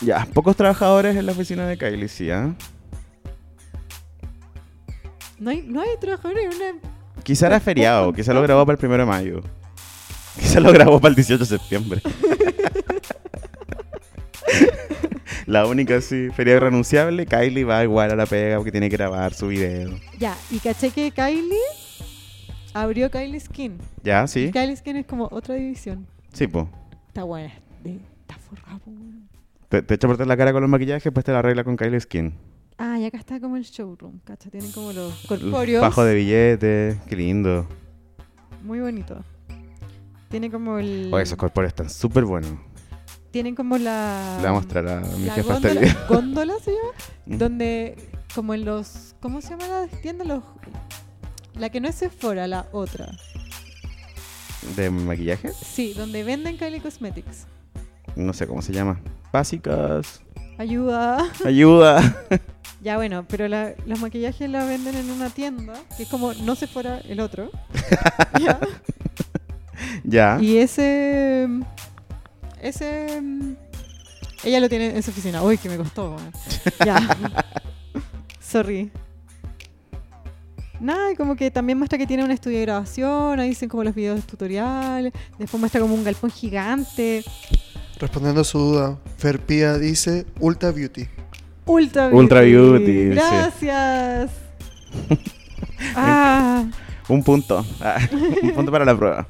A: ya, pocos trabajadores en la oficina de Kylie, sí, ¿ah?
B: No hay, no hay trabajadores en una...
A: Quizá era feriado, quizá lo grabó para el primero de mayo. Quizá lo grabó para el 18 de septiembre. la única, sí, feriado irrenunciable, Kylie va igual a la pega porque tiene que grabar su video.
B: Ya, y caché que Kylie abrió Kylie Skin.
A: ¿Ya? ¿Sí?
B: Kylie Skin es como otra división.
A: Sí, po.
B: Está buena. de- Está forrado. weón.
A: Te, te echa a perder la cara con los maquillajes, pues te la arregla con Kylie Skin.
B: Ah, y acá está como el showroom, cacha. Tienen como los
A: El
B: corpóreos.
A: Bajo de billetes, qué lindo.
B: Muy bonito. Tiene como el.
A: Oye, esos corpóreos están súper buenos.
B: tienen como la.
A: Le voy a mostrar a mi
B: Ah. la
A: jefa este
B: góndola,
A: video.
B: góndola se llama.
A: Mm.
B: Donde, como en los. ¿Cómo se llama la tienda? Los, la que no es Sephora, la otra.
A: ¿De maquillaje?
B: Sí, donde venden Kylie Cosmetics.
A: No sé cómo se llama. Básicas.
B: Ayuda.
A: Ayuda.
B: Ya bueno, pero la- los maquillajes la venden en una tienda, que es como no Sephora el otro. Ya.
A: ya.
B: Y ese. Ese. Ella lo tiene en su oficina. Uy, que me costó. weón. Ya. Sorry. Nada, y como que también muestra que tiene un estudio de grabación, ahí dicen como los videos tutoriales, después muestra como un galpón gigante,
F: Respondiendo a su duda, Ferpía dice Ultra Beauty.
B: ultra beauty.
A: Ultra beauty, sí.
B: Gracias. ah,
A: Un punto. Ah, un punto para la prueba.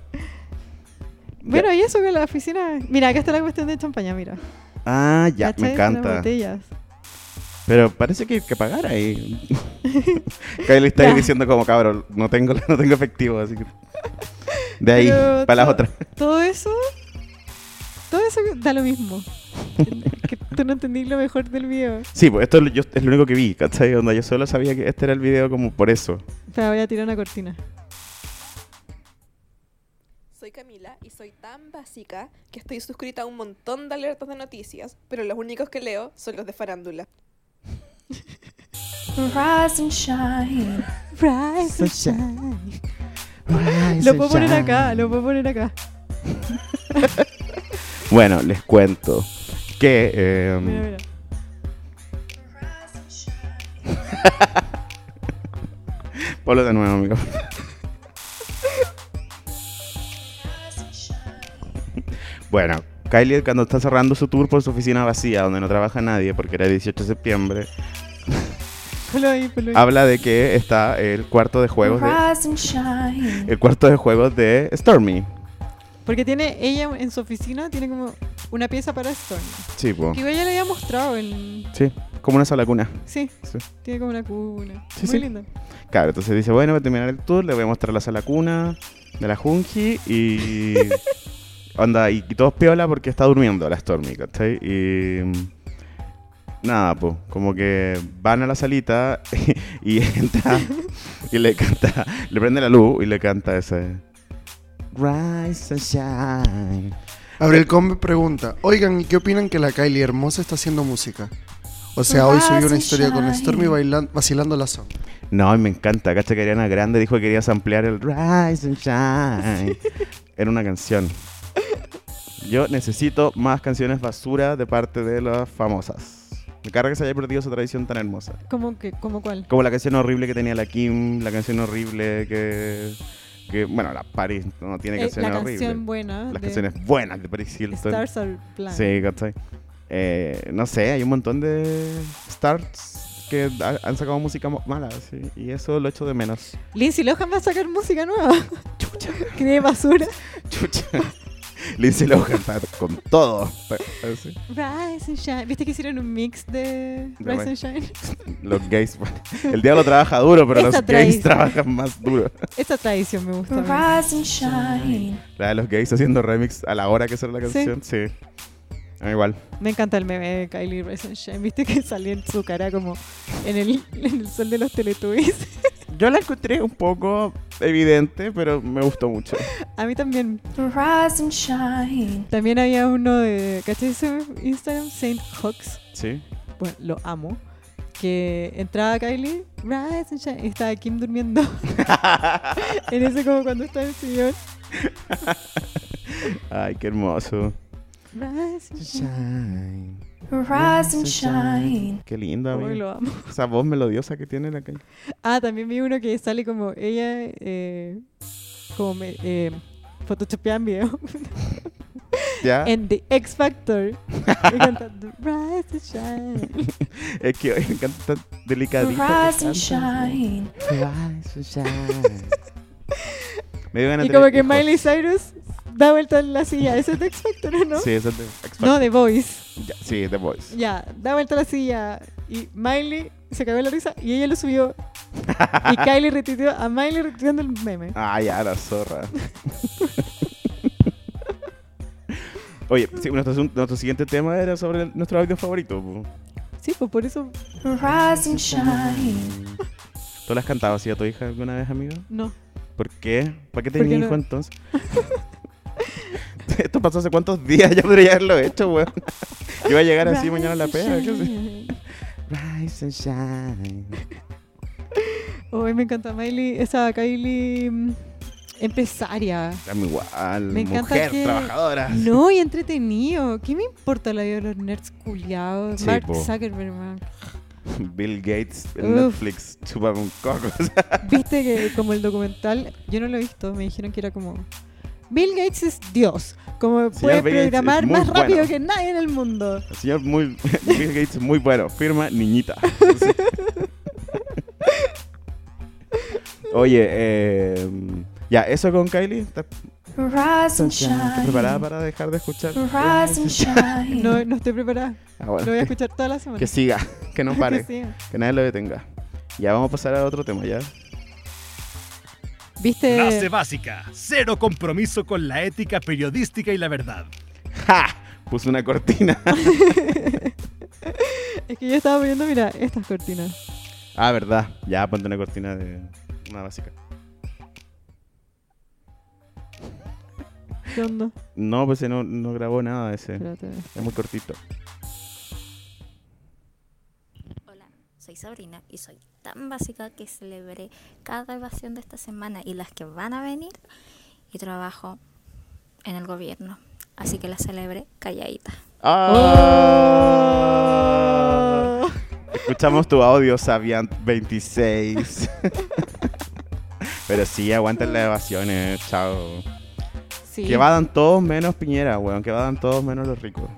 B: bueno, y eso que la oficina... Mira, acá está la cuestión de champaña, mira.
A: Ah, ya, me
B: ¿Cachai? Son las
A: encanta.
B: botellas.
A: Pero parece que hay que pagar ahí. Kylie está ahí
B: Ya.
A: diciendo como cabrón, no tengo, no tengo efectivo, así que. De ahí,
B: Pero
A: para las
B: to-
A: otras.
B: Todo eso, todo eso da lo mismo. que tú no entendí lo mejor del video.
A: Sí, pues esto es lo- yo, es lo único que vi, ¿cachai? Onda, yo solo sabía que este era el video como por eso.
B: Pero voy a tirar una cortina.
H: Soy Camila y soy tan básica que estoy suscrita a un montón de alertas de noticias, pero los únicos que leo son los de farándula.
E: Rise and shine.
B: Rise and shine. Lo puedo poner acá, lo puedo poner acá.
A: Bueno, les cuento que eh,
B: Mira, mira.
A: Ponlo de nuevo, amigo. bueno, Kylie cuando está cerrando su tour por su oficina vacía, donde no trabaja nadie, porque era el 18 de septiembre,
B: Ponlo ahí, ponlo ahí.
A: habla de que está el cuarto de juegos de,
E: Rise and shine.
A: el cuarto de juegos de Stormy.
B: Porque tiene ella en su oficina, tiene como una pieza para Storm.
A: Sí, po.
B: Que igual ya le había mostrado en...
A: Sí, como una sola cuna.
B: Sí,
A: Sí.
B: tiene como una cuna.
A: Sí,
B: Muy
A: sí.
B: linda.
A: Claro, entonces dice, bueno, voy a terminar el tour, le voy a mostrar la sala cuna de la Junji y... Onda, y, y todos piola porque está durmiendo la Stormy, ¿cachai? Y... mm, Nada, pues, como que van a la salita y entra y le canta, le prende la luz y le canta ese... Rise and shine.
F: Abril Combe pregunta, oigan, ¿y qué opinan que la Kylie hermosa está haciendo música? O sea, hoy subí una historia con Stormy bailan- vacilando la sombra.
A: No, y me encanta. Cacha que Ariana Grande dijo que quería ampliar el Rise and Shine. Era una canción. Yo necesito más canciones basura de parte de las famosas. Me carga que se haya perdido esa tradición tan hermosa.
B: ¿Cómo, que, ¿Cómo cuál?
A: Como la canción horrible que tenía la Kim, la canción horrible que. que bueno, la Paris no tiene
B: Eh,
A: canciones
B: la
A: horribles.
B: canción buena
A: Las
B: de
A: canciones buenas de Paris Hilton.
B: Stars Are Blind.
A: Sí, ¿cachai? Eh, no sé, hay un montón de stars que ha- han sacado música mo- mala, sí, y eso lo echo de menos.
B: Lindsay Lohan va a sacar música nueva. Que de basura.
A: Chucha. Lindsay Lohan está con todo. Así.
B: Rise and Shine. ¿Viste que hicieron un mix de
A: De
B: Rise and Shine?
A: Los gays, bueno, el diablo trabaja duro, pero los
B: Esa
A: gays
B: tradición.
A: trabajan más duro.
B: Esta tradición me gusta. a mí.
E: Rise and shine.
A: La de los gays haciendo remix a la hora que sale la
B: Sí.
A: canción, sí. A mí igual.
B: Me encanta el meme de Kylie Rise and Shine. ¿Viste que salía en su cara como en el, en el sol de los Teletubbies?
A: Yo la encontré un poco evidente, pero me gustó mucho.
B: A mí también.
E: Rise and shine.
B: También había uno de. ¿Cachai ese Instagram? Saint Hawks.
A: Sí.
B: Bueno, lo amo. Que entraba Kylie, Rise and Shine. Y estaba Kim durmiendo. en ese como cuando está el señor.
A: Ay, qué hermoso.
B: Rise and Shine.
A: Shine.
E: Rise and shine.
A: Qué lindo,
B: Ay,
A: amigo.
B: lo amo.
A: Esa voz melodiosa que tiene la calle.
B: Ah, también vi uno que sale como ella, eh, como me, eh, photoshopeada en video.
A: Ya.
B: En The X Factor. Y cantando Rise and Shine.
A: Es que hoy me encanta tan delicadito. que
E: Rise and
A: canta.
E: shine.
A: Rise and shine. Me dio ganas
B: Y
A: de
B: como
A: tener
B: que
A: hijos.
B: Miley Cyrus da vuelta en la silla. ¿Ese es The X Factor o no?
A: Sí, esa es de X
B: No,
A: Factor.
B: The Voice.
A: Ya, sí, The Voice.
B: Ya, da vuelta la silla. Y Miley se cagó en la risa y ella lo subió. y Kylie retuiteó a Miley retuiteando el meme.
A: Ah, ya, la zorra. Oye, sí, nuestro, asun- nuestro siguiente tema era sobre el- nuestro audio favorito. po.
B: Sí, pues por eso
E: Rise and shine.
A: ¿Tú las cantabas así a tu hija alguna vez, amigo?
B: no.
A: ¿Por qué? ¿Para qué
B: Porque
A: tenía
B: no-
A: hijo entonces? Esto pasó hace cuántos días, yo podría haberlo hecho, weón. Yo iba a llegar así mañana a la pega, qué sé. Rise and shine.
B: Hoy me encanta Miley, esa Kylie mm, empresaria.
A: Dame igual,
B: Me encanta
A: mujer
B: que-
A: trabajadora.
B: No, y entretenido. ¿Qué me importa la vida de los nerds culiados?
A: Sí,
B: Mark
A: po.
B: Zuckerberg, man.
A: Bill Gates en
B: Uf.
A: Netflix, chupame un coco.
B: Viste que como el documental, yo no lo he visto, me dijeron que era como... Bill Gates es Dios. Como
A: Sí,
B: puede
A: Bill Gates es
B: programar
A: muy
B: más rápido
A: bueno.
B: que nadie en el mundo.
A: El señor muy, Bill Gates muy bueno, firma niñita. Sí. Oye, eh, ya, eso con Kylie. ¿Estás
E: Rise and
A: estás
E: shine.
A: preparada para dejar de escuchar?
E: Rise and shine.
B: No, no estoy preparada.
A: Ah, bueno,
B: Lo voy a
A: que-
B: escuchar toda la semana.
A: Que siga, que no pare,
B: sí.
A: que nadie lo detenga. Ya vamos a pasar a otro tema, ya.
D: Clase
B: Viste...
D: básica. Cero compromiso con la ética periodística y la verdad.
A: ¡Ja! Puse una cortina.
B: Es que yo estaba poniendo, mira, estas cortinas.
A: ah, verdad. Ya, ponte una cortina de una básica.
B: ¿Qué onda?
A: No, pues no, no grabó nada ese.
B: Espérate.
A: Es muy cortito.
I: Hola, soy Sabrina y soy tan básica que celebré cada evasión de esta semana y las que van a venir y trabajo en el gobierno. Así que la celebré calladita.
A: Ah. Escuchamos tu audio, Sabian 26. Pero sí, aguanten las evasiones, chao.
B: Sí.
A: Que vadan todos menos Piñera, weón. Que vadan todos menos los ricos.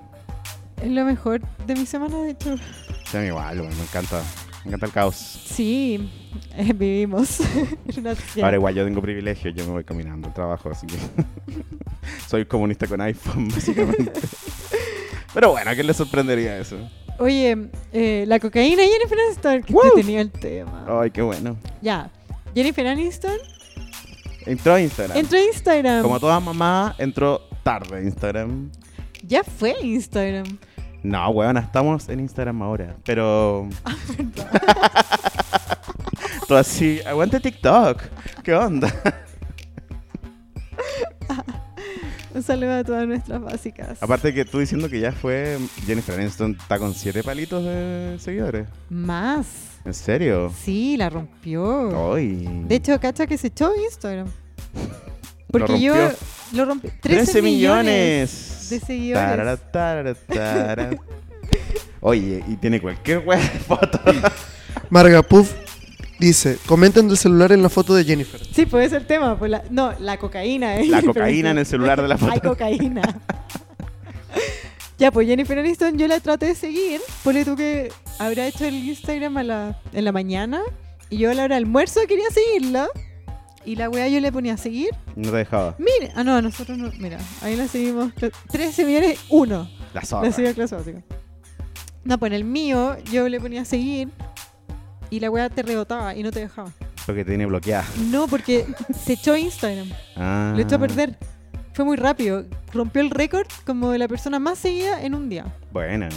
B: Es lo mejor de mi semana, de hecho.
A: Se me igual, weón. Me encanta. Me encanta el caos.
B: Sí, eh, vivimos en una sociedad.
A: Ahora igual yo tengo privilegio, yo me voy caminando al trabajo, así que soy comunista con iPhone, básicamente. Pero bueno, ¿a quién le sorprendería eso?
B: Oye, eh, la cocaína y Jennifer Aniston, que
A: Wow. Oh.
B: tenía el tema.
A: Ay, qué bueno.
B: Ya, Jennifer Aniston
A: Entró a Instagram.
B: entró a Instagram.
A: Como toda mamá, entró tarde a Instagram.
B: Ya fue Instagram.
A: No, weón, estamos en Instagram ahora, pero... Todo así, aguante TikTok. ¿Qué onda?
B: Un saludo a todas nuestras básicas.
A: Aparte que tú diciendo que ya fue Jennifer Aniston está con siete palitos de seguidores.
B: Más.
A: ¿En serio?
B: Sí, la rompió.
A: Ay.
B: De hecho, cacha que se echó Instagram.
A: Lo
B: Porque
A: rompió.
B: yo lo rompí. 13, millones de seguidores.
A: Tarara, tarara, tarara. Oye, y tiene cualquier wea de foto.
F: Marga Puff dice, comenten del celular en la foto de Jennifer.
B: Sí, puede ser tema. pues la- no, la cocaína. eh.
A: La cocaína en el celular de la
B: Hay
A: foto.
B: cocaína. ya, pues Jennifer Aniston yo la traté de seguir. Ponle tú que habrá hecho el Instagram a la, en la mañana. Y yo a la hora de almuerzo quería seguirla. Y la weá yo le ponía a seguir.
A: No te dejaba.
B: Mire, ah, no, nosotros no. Mira, ahí la seguimos. 13 millones, uno.
A: La
B: La
A: zorra.
B: seguía clase básica. No, pues en el mío yo le ponía a seguir. Y la weá te rebotaba y no te dejaba.
A: Porque te tiene bloqueada.
B: No, porque se echó Instagram.
A: Ah.
B: Lo echó a perder. Fue muy rápido. Rompió el récord como de la persona más seguida en un día.
A: Ah, Buena.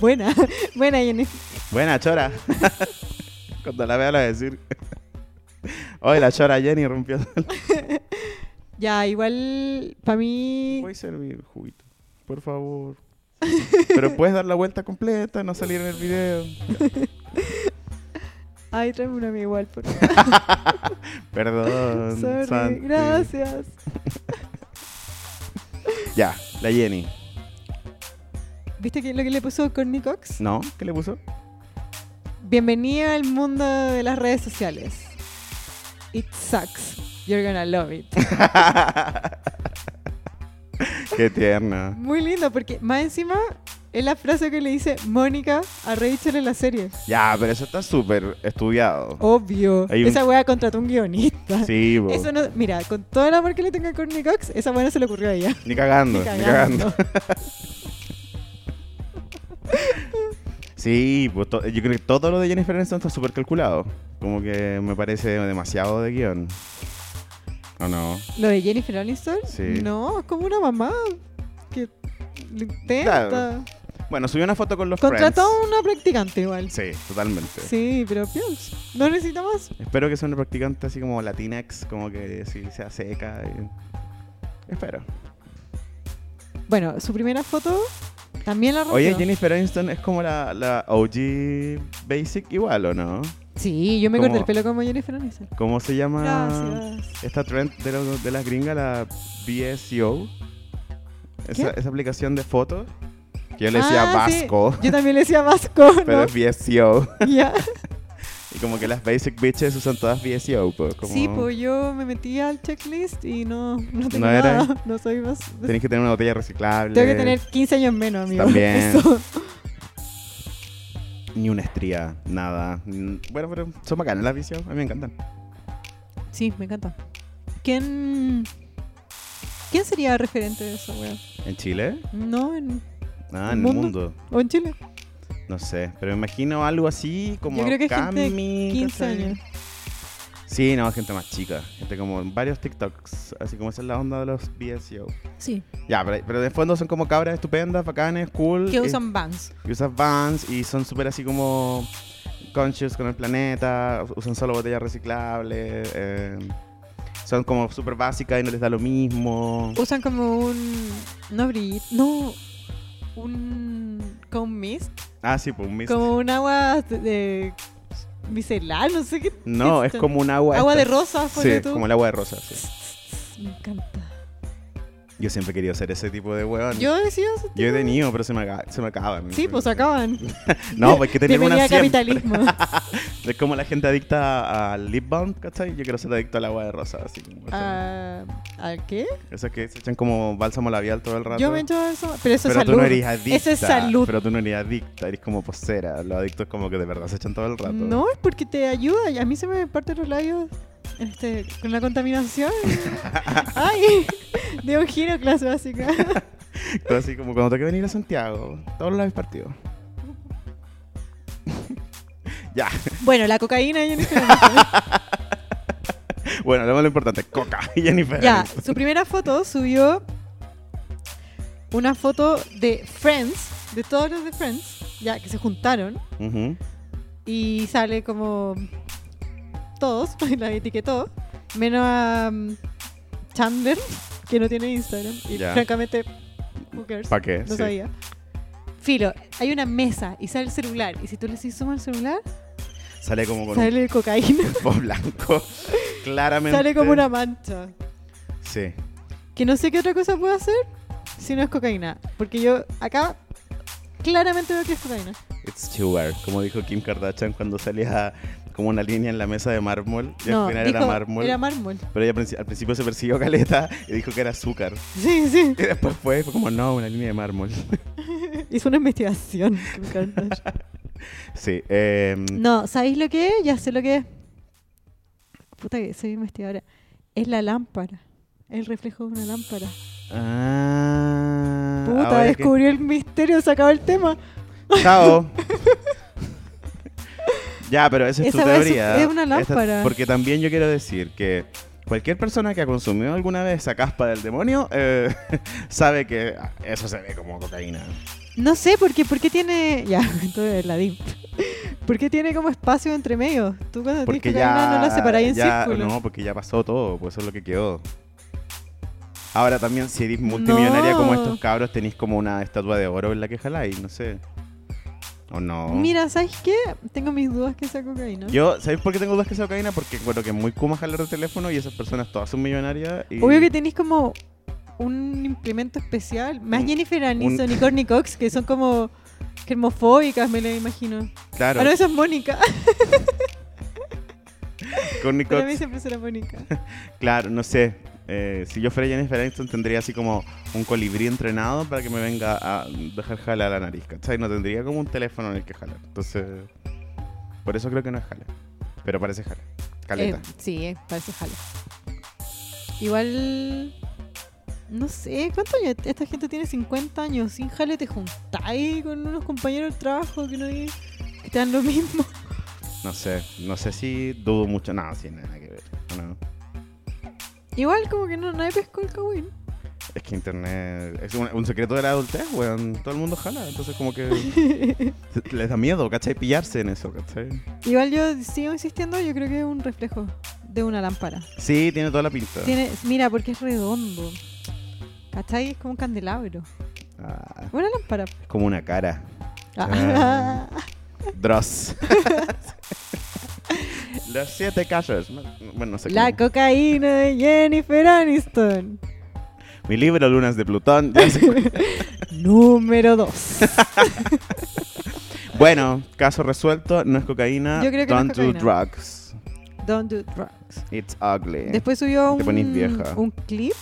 B: Buena, buena Jenny.
A: Buena, chora. Cuando la vea la voy a decir. Hoy la chora Jenny rompió.
B: Ya, igual para mí...
A: Voy a servir juguito. Por favor. Pero puedes dar la vuelta completa, no salir en el video.
B: Ay, tráeme una amiga igual, por
A: Perdón.
B: favor. Sorry.
A: Santi.
B: Gracias.
A: Ya, la Jenny.
B: ¿Viste que lo que le puso Courtney Cox?
A: ¿No? ¿Qué le puso?
B: Bienvenida al mundo de las redes sociales. It sucks. You're gonna love it.
A: Ah. Qué tierna.
B: Muy lindo, porque más encima es la frase que le dice Mónica a Rachel en la serie.
A: Ya, pero eso está súper estudiado.
B: Oh, Obvio.
A: Hay un-
B: Esa wea contrató un guionista.
A: Sí, bo.
B: Eso no, mira, con todo el amor que le tenga a Courtney Cox, esa buena se le ocurrió a ella.
A: Ni cagando, ni cagando. Sí, pues, to- yo creo que todo lo de Jennifer Aniston está súper calculado. Como que me parece demasiado de guión. ¿O no?
B: Lo de Jennifer Aniston,
A: Sí.
B: no, es como una mamá que lo intenta.
A: Claro. Bueno, subió una foto con los
B: Contrató
A: Friends.
B: a una practicante igual. Sí,
A: Sí, totalmente.
B: pero piols, no necesita más.
A: Espero que sea una practicante así como Latinx, como que sí, sea seca. y- Espero.
B: Bueno, su primera foto también la rompió.
A: Oye, Jennifer Aniston es como la, la OG Basic igual, ¿o no?
B: Sí, yo me
A: ¿Cómo? Ah.
B: corté el pelo como Jennifer Aniston.
A: ¿Cómo se llama?
B: Gracias.
A: Esta trend de, lo- de las gringas, la BSEO. Esa, esa aplicación de fotos. Que yo le decía
B: Ah, sí.
A: Vasco,
B: Yo también le decía Vasco, ¿no?
A: pero es BSEO.
B: Ya.
A: Y como que las basic bitches usan todas BSEO. Pues, como
B: Sí, pues yo me metí al checklist y no, no tengo
A: ¿No era?
B: nada. No soy más.
A: Tenés que tener una botella reciclable.
B: Tengo que tener 15 años menos, amigo.
A: También.
B: Eso.
A: Ni una estría, nada. Mm, Bueno, pero son bacanas las BSEO. A mí me encantan.
B: Sí, me encanta. ¿Quién. ¿Quién sería referente de eso, weón?
A: ¿En Chile?
B: No, en.
A: Ah,
B: ¿El
A: en el
B: mundo?
A: mundo.
B: O en Chile.
A: No sé. Pero me imagino algo así como.
B: Yo creo que es gente de
A: Cami,
B: 15
A: ¿cachai?
B: años.
A: Sí, no, gente más chica. Gente como en varios TikToks. Así como esa es la onda de los BSEO.
B: Sí.
A: Ya, pero, pero de fondo son como cabras estupendas, bacanes, cool.
B: Que
A: eh,
B: usan bangs.
A: que usan vans y son súper así como conscious con el planeta. Usan solo botellas reciclables. eh, son como súper básicas y no les da lo mismo.
B: Usan como un. No brillito. No. Un. Como un mist.
A: Ah, sí, pues un mist.
B: Como un agua de. de- micelar, no sé qué.
A: No,
B: qué
A: es como un agua.
B: este, Agua de
A: esta-
B: rosas, ponle
A: Sí,
B: tú.
A: como el agua de rosa. sí.
B: Me encanta.
A: Yo siempre he querido ser ese tipo de weón.
B: Yo decía. eso,
A: Yo he
B: tipo-
A: tenido, pero se me, aga- se me acaban.
B: Sí, pues acaban.
A: No, pues hay que tener una
B: Bienvenida a
A: siempre.
B: capitalismo.
A: Es como la gente adicta al lip balm, ¿cachai? Yo quiero ser adicto al agua de rosa, así como...
B: Ah, ¿A qué?
A: Esas que se echan como bálsamo labial todo el rato.
B: Yo me echo eso. Pero eso
A: Pero
B: es salud.
A: tú no eres adicta.
B: Eso es salud.
A: Pero tú no eres adicta, eres como posera. Los adictos como que de verdad se echan todo el rato.
B: No, es porque te ayuda. y A mí se me parten los labios este, con la contaminación. Ay, de un giro clase básica.
A: Todo así como cuando toque venir a Santiago, todos los partidos. ya,
B: Bueno, la cocaína Jennifer Aniston.
A: bueno, lo más importante, Coca y Jennifer.
B: Ya,
A: Aniston.
B: su primera foto subió una foto de Friends, de todos los de Friends, ya que se juntaron.
A: Ujú.
B: y sale como todos, la etiquetó, menos a mm, Chandler, que no tiene Instagram. Y
A: Ya.
B: francamente, who cares?
A: ¿Pa' qué?
B: No
A: Sí.
B: sabía. Filo, hay una mesa y sale el celular. Y si tú le haces zoom al celular,
A: Sale como con
B: sale cocaína.
A: un polvo blanco. Claramente.
B: sale como una mancha.
A: Sí.
B: Que no sé qué otra cosa puedo hacer si no es cocaína. Porque yo acá claramente veo que es cocaína.
A: It's too weird. Como dijo Kim Kardashian cuando salía como una línea en la mesa de mármol. Y
B: no,
A: al final era
B: dijo,
A: mármol.
B: Era mármol.
A: pero ella princi- al principio se persiguió caleta y dijo que era azúcar.
B: Sí, sí.
A: Y después fue, fue como, no, una línea de mármol.
B: Hizo una investigación. Kim Kardashian.
A: Sí. eh,
B: no, ¿sabéis lo que es? Ya sé lo que es. Puta que soy investigadora. Es la lámpara. El reflejo de una lámpara.
A: Ah,
B: Puta,
A: ahora que-
B: descubrió el misterio, se acabó el tema.
A: Chao. ya, pero esa es tu
B: Esa vez
A: teoría.
B: es una
A: Esta-
B: lámpara.
A: porque también yo quiero decir que cualquier persona que ha consumido alguna vez esa caspa del demonio eh, sabe que eso se ve como cocaína.
B: No sé, ¿por qué, por qué tiene. Ya, entonces la DIMP. ¿Por qué tiene como espacio entre medio? Tú cuando tienes
A: Porque
B: que
A: ya.
B: no la separáis en
A: ya-
B: círculo.
A: No, porque ya pasó todo, pues eso es lo que quedó. Ahora también, si eres multimillonaria como
B: No.
A: estos cabros, tenéis como una estatua de oro en la que jaláis, no sé. ¿O no?
B: Mira, ¿sabes qué? Tengo mis dudas que sea cocaína.
A: Yo, ¿sabéis por qué tengo dudas que sea cocaína? Porque encuentro que es muy kuma jalar de teléfono y esas personas todas son millonarias. Y
B: Obvio que tenéis como un implemento especial. Más
A: Un-
B: Jennifer Aniston y Courtney Cox, que son como germofóbicas, me las imagino.
A: Claro,
B: Ah, no, esa es Mónica.
A: Courtney
B: Para
A: Cox,
B: mí siempre será Mónica.
A: claro, no sé. eh, si yo fuera Jennifer Aniston tendría así como un colibrí entrenado para que me venga a dejar jalar la nariz, ¿cachai? No tendría como un teléfono en el que jalar. Entonces, por eso creo que no es jala. Pero parece jala. Caleta.
B: Eh, sí, eh, parece jalo. Igual. No sé, ¿cuántos años? Esta gente tiene 50 años. Sin jale te juntáis con unos compañeros de trabajo que no hay- que te dan lo mismo.
A: No sé, no sé si dudo mucho. No, sí, nada que ver. No.
B: Igual, como que no, nadie pescó el cagüín.
A: Es que internet es un, un secreto de la adultez, weón. Todo el mundo jala, entonces como que se- les da miedo, ¿cachai? Pillarse en eso, ¿cachai?
B: Igual yo sigo insistiendo, yo creo que es un reflejo de una lámpara.
A: Sí, tiene toda la pinta.
B: Tiene, mira, porque es redondo. ¿Cachai? Es como un candelabro.
A: Ah,
B: Una lámpara.
A: es como una cara.
B: Ah.
A: Dross. Los siete callos. No- Bueno, no sé.
B: La
A: cómo.
B: cocaína de Jennifer Aniston.
A: Mi libro, Lunas de Plutón. ya sé.
B: Número 2.
A: bueno, caso resuelto. No es cocaína.
B: Yo creo que no es
A: Don't do
B: cocaína.
A: drugs.
B: Don't do drugs.
A: It's ugly.
B: Después subió
A: Te
B: un,
A: ponís vieja.
B: un clip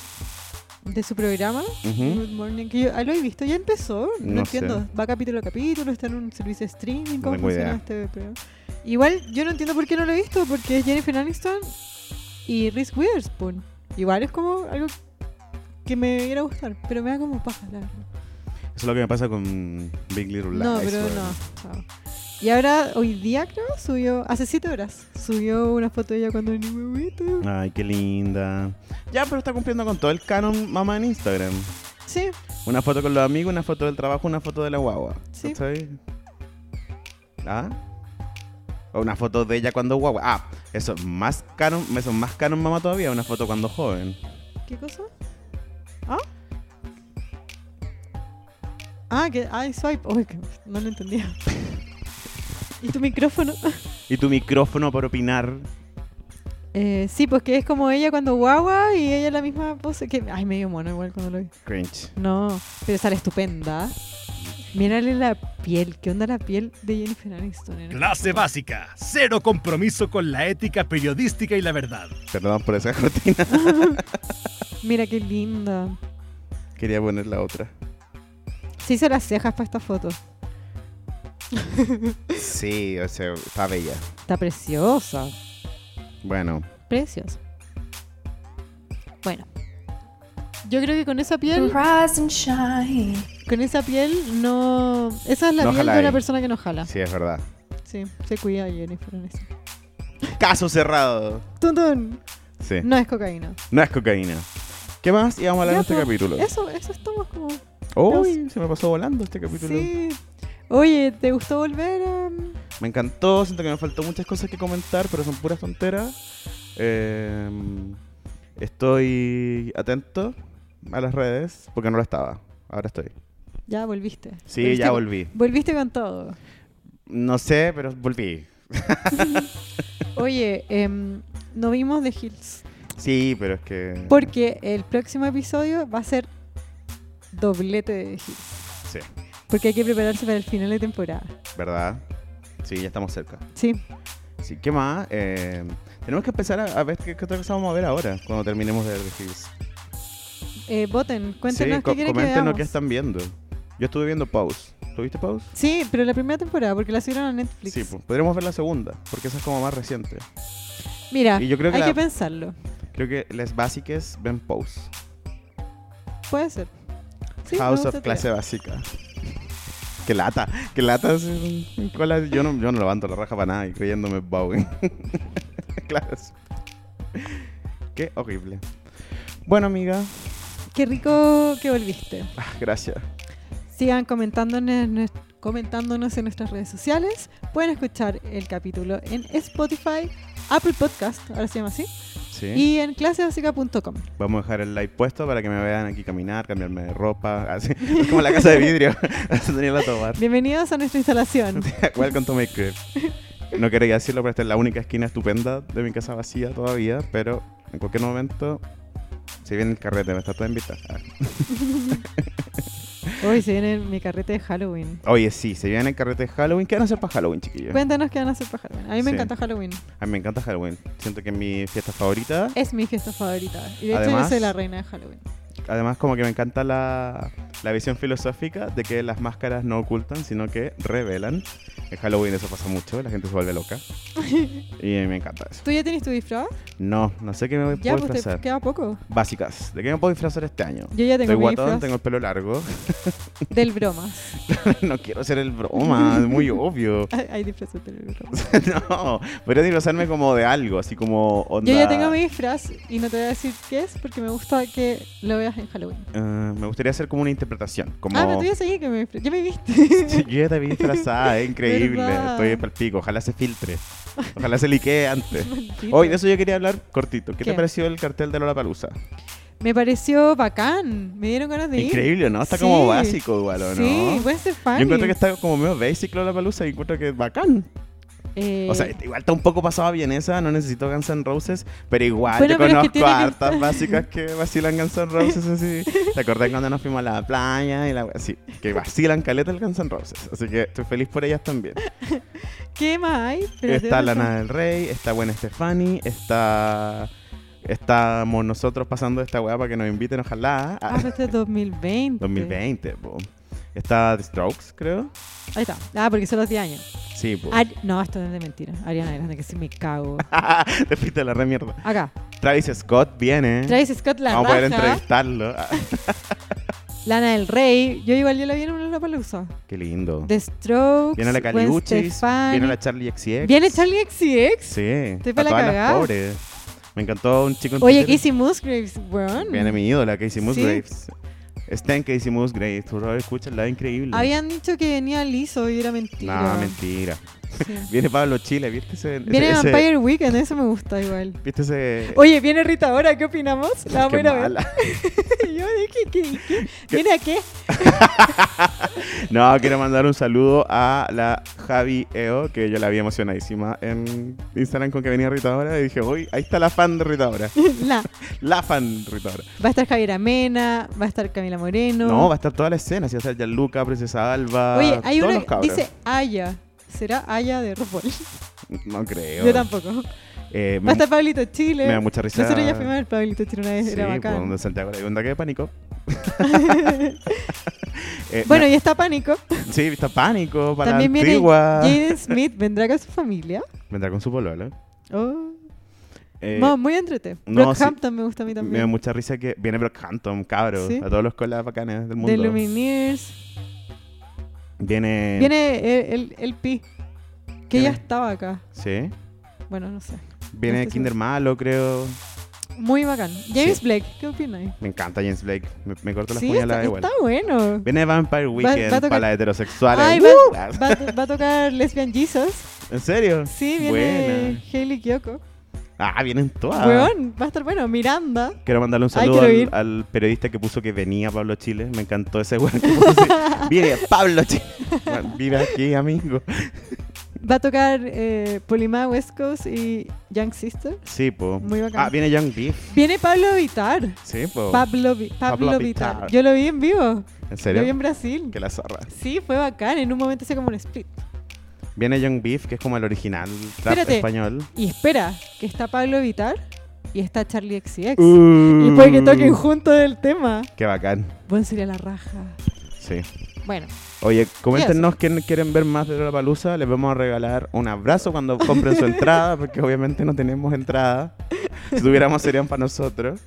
B: de su programa,
A: Ujú.
B: Good Morning, que yo ah, lo he visto, ya empezó, no,
A: No sé.
B: entiendo. Va capítulo a capítulo, está en un servicio de streaming,
A: No
B: cómo
A: tengo
B: funciona
A: idea.
B: este programa. Igual yo no entiendo por qué no lo he visto, porque es Jennifer Aniston y Reese Witherspoon. Igual es como algo que me iba a gustar, pero me da como paja, la verdad.
A: Eso es lo que me pasa con Big Little Lies.
B: No, pero
A: weón.
B: no. chao. Y ahora, hoy día creo, subió, hace 7 horas, subió una foto de ella cuando era un bebito.
A: Ay, qué linda. Ya, pero está cumpliendo con todo el canon mamá en Instagram.
B: Sí,
A: Una foto con los amigos, una foto del trabajo, una foto de la guagua.
B: Sí.
A: ¿Está bien? ¿Ah? O una foto de ella cuando guagua. Ah, eso es más canon, eso es más canon mamá todavía, una foto cuando joven.
B: ¿Qué cosa? ¿Ah? Ah, que ay, swipe. Uy, que- no lo entendía. ¿Y tu micrófono?
A: Y tu micrófono para opinar.
B: Eh, sí, pues que es como ella cuando guagua y ella la misma pose. Que, ay, medio mono igual cuando lo vi.
A: Cringe.
B: No, pero sale estupenda. Mírale la piel. ¿Qué onda la piel de Jennifer Aniston? eh?
D: Clase básica, cero compromiso con la ética periodística y la verdad.
A: Perdón por esa cortina.
B: Mira qué linda.
A: Quería poner la otra.
B: Se hizo las cejas para esta foto.
A: Sí, o sea, está bella.
B: Está preciosa.
A: Bueno,
B: Preciosa. Bueno. Yo creo que con esa piel
E: Rise and shine.
B: Con esa piel no... Esa es la
A: No
B: piel
A: jala
B: de una
A: ahí.
B: persona que no jala.
A: sí, es verdad.
B: Sí, se cuida Jennifer Aniston.
A: Caso cerrado.
B: ¡Tun, tun!
A: Sí,
B: No es cocaína.
A: no es cocaína. ¿Qué más íbamos a hablar
B: Ya,
A: en este
B: pues,
A: capítulo?
B: Eso, eso estamos como...
A: Uy, se me pasó volando este capítulo.
B: Sí. Oye, ¿te gustó volver? em?
A: Me encantó, siento que me faltó muchas cosas que comentar, pero son puras tonteras. Eh, estoy atento a las redes porque no lo estaba. Ahora estoy.
B: Ya volviste.
A: Sí,
B: Volviste
A: ya
B: con-
A: volví.
B: Volviste con todo.
A: No sé, pero volví.
B: Oye, em, no vimos The Hills.
A: Sí, pero es que.
B: Porque el próximo episodio va a ser doblete de The Hills.
A: Sí,
B: Porque hay que prepararse para el final de temporada.
A: ¿verdad? Sí, ya estamos cerca.
B: Sí.
A: Sí, ¿qué más? Eh, tenemos que empezar a, a ver qué, qué otra cosa vamos a ver ahora cuando terminemos de ver The Hills.
B: Eh, voten,
A: sí,
B: cuéntenos
A: co-
B: qué quieren que
A: coméntenos
B: veamos.
A: qué están viendo. Yo estuve viendo Pause. ¿Tuviste Pause?
B: Sí, pero la primera temporada, porque la subieron a Netflix.
A: Sí, pues, podríamos ver la segunda, porque esa es como más reciente.
B: Mira,
A: Y yo creo que
B: hay
A: la-
B: que pensarlo.
A: Creo que las básicas ven Pause.
B: Puede ser. Sí, me
A: House
B: gusta
A: of
B: tu idea.
A: clase básica. Qué lata, qué lata. sí, con la- Yo no, yo no levanto la raja para nada y creyéndome Bowen. claro. sí. Qué horrible. Bueno, amiga,
B: Qué rico que volviste.
A: ah, gracias.
B: Sigan comentándonos, en nues- comentándonos en nuestras redes sociales. Pueden escuchar el capítulo en Spotify, Apple Podcast, ahora se llama así,
A: Sí.
B: y en clasebásica.com.
A: Vamos a dejar el like puesto para que me vean aquí caminar, cambiarme de ropa. Así. Es como la casa de vidrio. Así tenía la tomar.
B: Bienvenidos a nuestra instalación.
A: Welcome to my crib. No quería decirlo, pero esta es la única esquina estupenda de mi casa vacía todavía, pero en cualquier momento, si viene el carrete, me está toda invitada.
B: Hoy se viene mi carrete de Halloween.
A: Ah, Oye, sí, se viene el carrete de Halloween. ¿Qué van a hacer para Halloween, chiquillos?
B: Cuéntanos qué van a hacer para Halloween. A mí me
A: Sí.
B: encanta Halloween.
A: A mí me encanta Halloween. Siento que es mi fiesta favorita.
B: Es mi fiesta favorita. Y de hecho yo
A: Además-
B: soy la reina de Halloween.
A: Además, como que me encanta la, la visión filosófica de que las máscaras no ocultan, sino que revelan. En Halloween eso pasa mucho, la gente se vuelve loca. y me encanta eso.
B: ¿Tú ya tienes tu disfraz?
A: No, no sé qué me voy a
B: Ya,
A: poder
B: pues te
A: disfrazar.
B: queda poco.
A: Básicas. ¿De qué me puedo disfrazar este año?
B: Yo ya tengo
A: Soy
B: mi
A: guatón,
B: disfraz
A: tengo el pelo largo.
B: del bromas.
A: no quiero ser el broma, es muy obvio.
B: Hay hay disfraces del bromas.
A: no, podría disfrazarme como de algo, así como onda.
B: Yo ya tengo mi disfraz y no te voy a decir qué es porque me gusta que lo veas en Halloween.
A: Eh, me gustaría hacer como una interpretación. Como...
B: Ah, pero tú ya sabías que me disfra- Ya me viste.
A: Yo ya te vi disfrazada, es increíble.
B: ¿Verdad?
A: Estoy para el pico, ojalá se filtre. Ojalá se liquee antes.
B: Maldito.
A: Hoy de eso yo quería hablar cortito. ¿Qué,
B: ¿Qué?
A: te pareció el cartel de Lola Palusa?
B: Me pareció bacán. Me dieron ganas de ir.
A: Increíble, ¿no? Está
B: Sí.
A: como básico igual, ¿o ¿no?
B: Sí, puede ser
A: yo
B: fan.
A: encuentro que está como medio basic Lola Palusa y encuentro que es bacán.
B: Eh,
A: O sea, igual está un poco pasada bien esa, no necesito Guns N' Roses, pero igual
B: Bueno,
A: yo
B: pero es que
A: conozco
B: tiene que-
A: hartas básicas que vacilan Guns N' Roses así. ¿Te acordás cuando nos fuimos a la playa y la así? Que vacilan caleta el Guns N' Roses. Así que estoy feliz por ellas también.
B: ¿Qué más hay? Pero te
A: está
B: voy a
A: Lana del Rey, está Gwen Stefani, está. Estamos nosotros pasando esta weá para que nos inviten, ojalá.
B: Ah,
A: A
B: pero este es 2020.
A: 2020, po. Está The Strokes, creo.
B: Ahí está. Ah, porque son los 10 años.
A: Sí, po.
B: Ari- No, esto es de mentira. Ariana Grande, que sí me cago.
A: Te fuiste a la re mierda.
B: Acá.
A: Travis Scott viene.
B: Travis Scott, la
A: Vamos a poder
B: raja.
A: entrevistarlo. Ah,
B: Lana del Rey. Yo igual yo la vi en una palusa.
A: qué lindo.
B: The Strokes.
A: Viene la
B: Gwen
A: Caliuchis,
B: Stefani.
A: viene la Charlie XX.
B: Viene Charlie XCX.
A: Sí,
B: Estoy
A: a
B: pa' la
A: todas las
B: cagá.
A: pobres. Me encantó un chico en
B: Oye,
A: Twitter.
B: Casey Musgraves, weón.
A: Viene mi ídola, Casey
B: Sí.
A: Musgraves. Está en Casey Musgraves, por favor, escúchala, increíble.
B: Habían dicho que venía liso y era mentira.
A: No, mentira.
B: Sí.
A: Viene Pablo Chile, ¿viste ese? ese-
B: Viene
A: ese-
B: Vampire Weekend, eso me gusta igual.
A: ¿Viste ese?
B: Oye, viene Rita ahora, ¿qué opinamos? La vamos a
A: Qué
B: ir a ver.
A: mala.
B: Yo dije, ¿qué? qué? ¿Viene a qué?
A: No, quiero mandar un saludo a la Javi Eo, que yo la vi emocionadísima en Instagram con que venía Rita ahora. Y dije, uy, ahí está la fan de Rita ahora.
B: La-
A: La fan de Rita ahora.
B: Va a estar Javier Amena, va a estar Camila Moreno.
A: No, va a estar toda la escena. Si va a estar Gianluca, Princesa Alba.
B: Oye, hay
A: todos
B: una
A: los
B: que
A: cabros.
B: dice Aya. ¿Será Aya de RuPaul?
A: No creo.
B: Yo tampoco.
A: Eh,
B: Va a estar Pablito Chile.
A: me da mucha risa.
B: Nosotros ya fuimos al Pablito Chile una vez,
A: Sí,
B: era
A: por
B: bacán.
A: donde Santiago le dio un ataque de pánico. Eh,
B: Bueno, y está Pánico.
A: me- sí, está pánico para
B: También
A: la
B: viene
A: antigua.
B: Jaden Smith, vendrá con su familia.
A: Vendrá con su pololo.
B: Oh.
A: Eh,
B: No, muy entrete.
A: no,
B: Brockhampton me gusta a mí
A: me da
B: también.
A: mucha risa que viene Brockhampton, cabro.
B: Sí.
A: A todos los colas bacanes del
B: The
A: mundo.
B: Lumineers.
A: Viene.
B: Viene el, el, el Pi, que
A: Viene-
B: ya estaba acá.
A: Sí.
B: Bueno, no sé.
A: Viene
B: Este sí.
A: Kinder Malo, creo.
B: Muy bacán. James Blake, ¿qué opinas?
A: Me encanta James Blake. Me, me corto las
B: Sí,
A: puñaladas
B: está,
A: igual.
B: está bueno.
A: Viene Vampire
B: va a
A: Weekend
B: tocar-
A: para las heterosexuales.
B: Ay,
A: ¡Uh!
B: va, va a to- va a tocar Lesbian Jesus.
A: ¿En serio?
B: Sí,
A: Buena.
B: viene Hailey Kyoko.
A: Ah, vienen todas.
B: Weón, va a estar bueno. Miranda.
A: Quiero mandarle un
B: Ay,
A: saludo
B: quiero
A: al,
B: ir.
A: al periodista que puso que venía Pablo Chile. Me encantó ese weón que puso. Vive Pablo Chile. Bueno, Vive aquí, amigo.
B: Va a tocar eh, Polima West Coast y Young Sister.
A: Sí, po.
B: Muy bacán.
A: Ah, viene Young Beef.
B: Viene Pablo Vitar.
A: Sí, po.
B: Pablo, Vi- Pablo,
A: Pablo
B: Vitar.
A: Vittar.
B: Yo lo vi en vivo.
A: ¿En
B: Lo vi en
A: serio?
B: Brasil.
A: Que la zorra.
B: Sí, fue bacán. En un momento hice como un split.
A: Viene Young Beef, que es como el original rap
B: Espérate.
A: español.
B: Y espera, que está Pablo Vitar y está Charlie XCX.
A: Y
B: Y puede que toquen juntos el tema.
A: Qué bacán.
B: Bueno, sería la raja.
A: Sí.
B: Bueno,
A: Oye, coméntenos quién quieren ver más de la palusa. Les vamos a regalar un abrazo cuando compren su entrada, porque obviamente no tenemos entrada. Si tuviéramos serían para nosotros.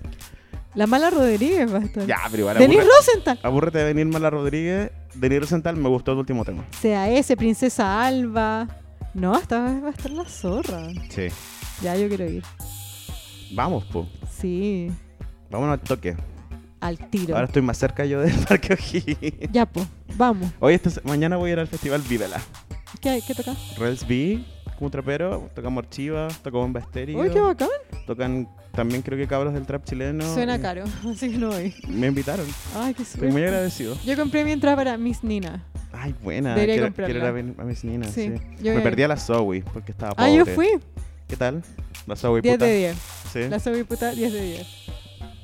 B: la mala Rodríguez va a estar.
A: Ya, pero igual
B: Denis
A: aburre-
B: Rosenthal.
A: Aburrete de venir Mala Rodríguez. Denis Rosenthal me gustó el último tema.
B: CAS, Princesa Alba. No, esta vez va a estar la zorra.
A: Sí.
B: Ya, yo quiero ir.
A: Vamos, po.
B: Sí,
A: Vámonos al toque.
B: al tiro.
A: Ahora estoy más cerca yo del Parque O'Higgins.
B: Ya, po, vamos.
A: Hoy esta se- mañana voy a ir al festival Vívela.
B: ¿Qué, hay? ¿Qué toca?
A: Rels B, como trapero, tocamos Archiva, tocó Bomba Estéreo.
B: Uy, qué bacán.
A: Tocan también creo que cabros del trap chileno.
B: Suena
A: Y
B: caro, así que no voy.
A: Me invitaron.
B: Ay, qué suerte.
A: Estoy muy agradecido.
B: Yo compré mi entrada para Miss Nina.
A: Ay, buena.
B: Debería
A: Quiero,
B: comprarla.
A: quiero ir a ver a mis niñas.
B: Sí,
A: Sí.
B: yo voy
A: Me
B: a
A: perdí
B: ir.
A: a la Zoe porque estaba pobre.
B: Ah, yo fui.
A: ¿Qué tal? La Zoe
B: 10
A: puta.
B: de 10.
A: Sí.
B: La soy puta 10 de 10.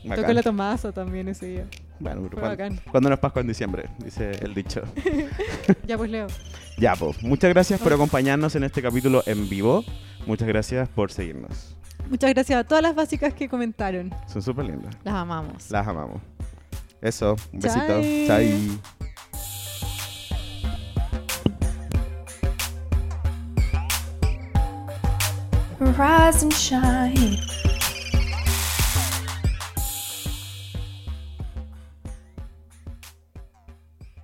A: bacán.
B: Tocó la Tomazo también ese día.
A: Bueno, pero
B: Fue
A: cuan-
B: bacán.
A: cuando no es Pascua en diciembre, dice el dicho.
B: Ya, pues Leo.
A: Ya, pues. Muchas gracias
B: Oh.
A: por acompañarnos en este capítulo en vivo. Muchas gracias por seguirnos.
B: Muchas gracias a todas las básicas que comentaron.
A: Son súper lindas.
B: Las amamos.
A: Las amamos. Eso. Un besito.
B: Chai.
A: Chai.
E: Rise and shine.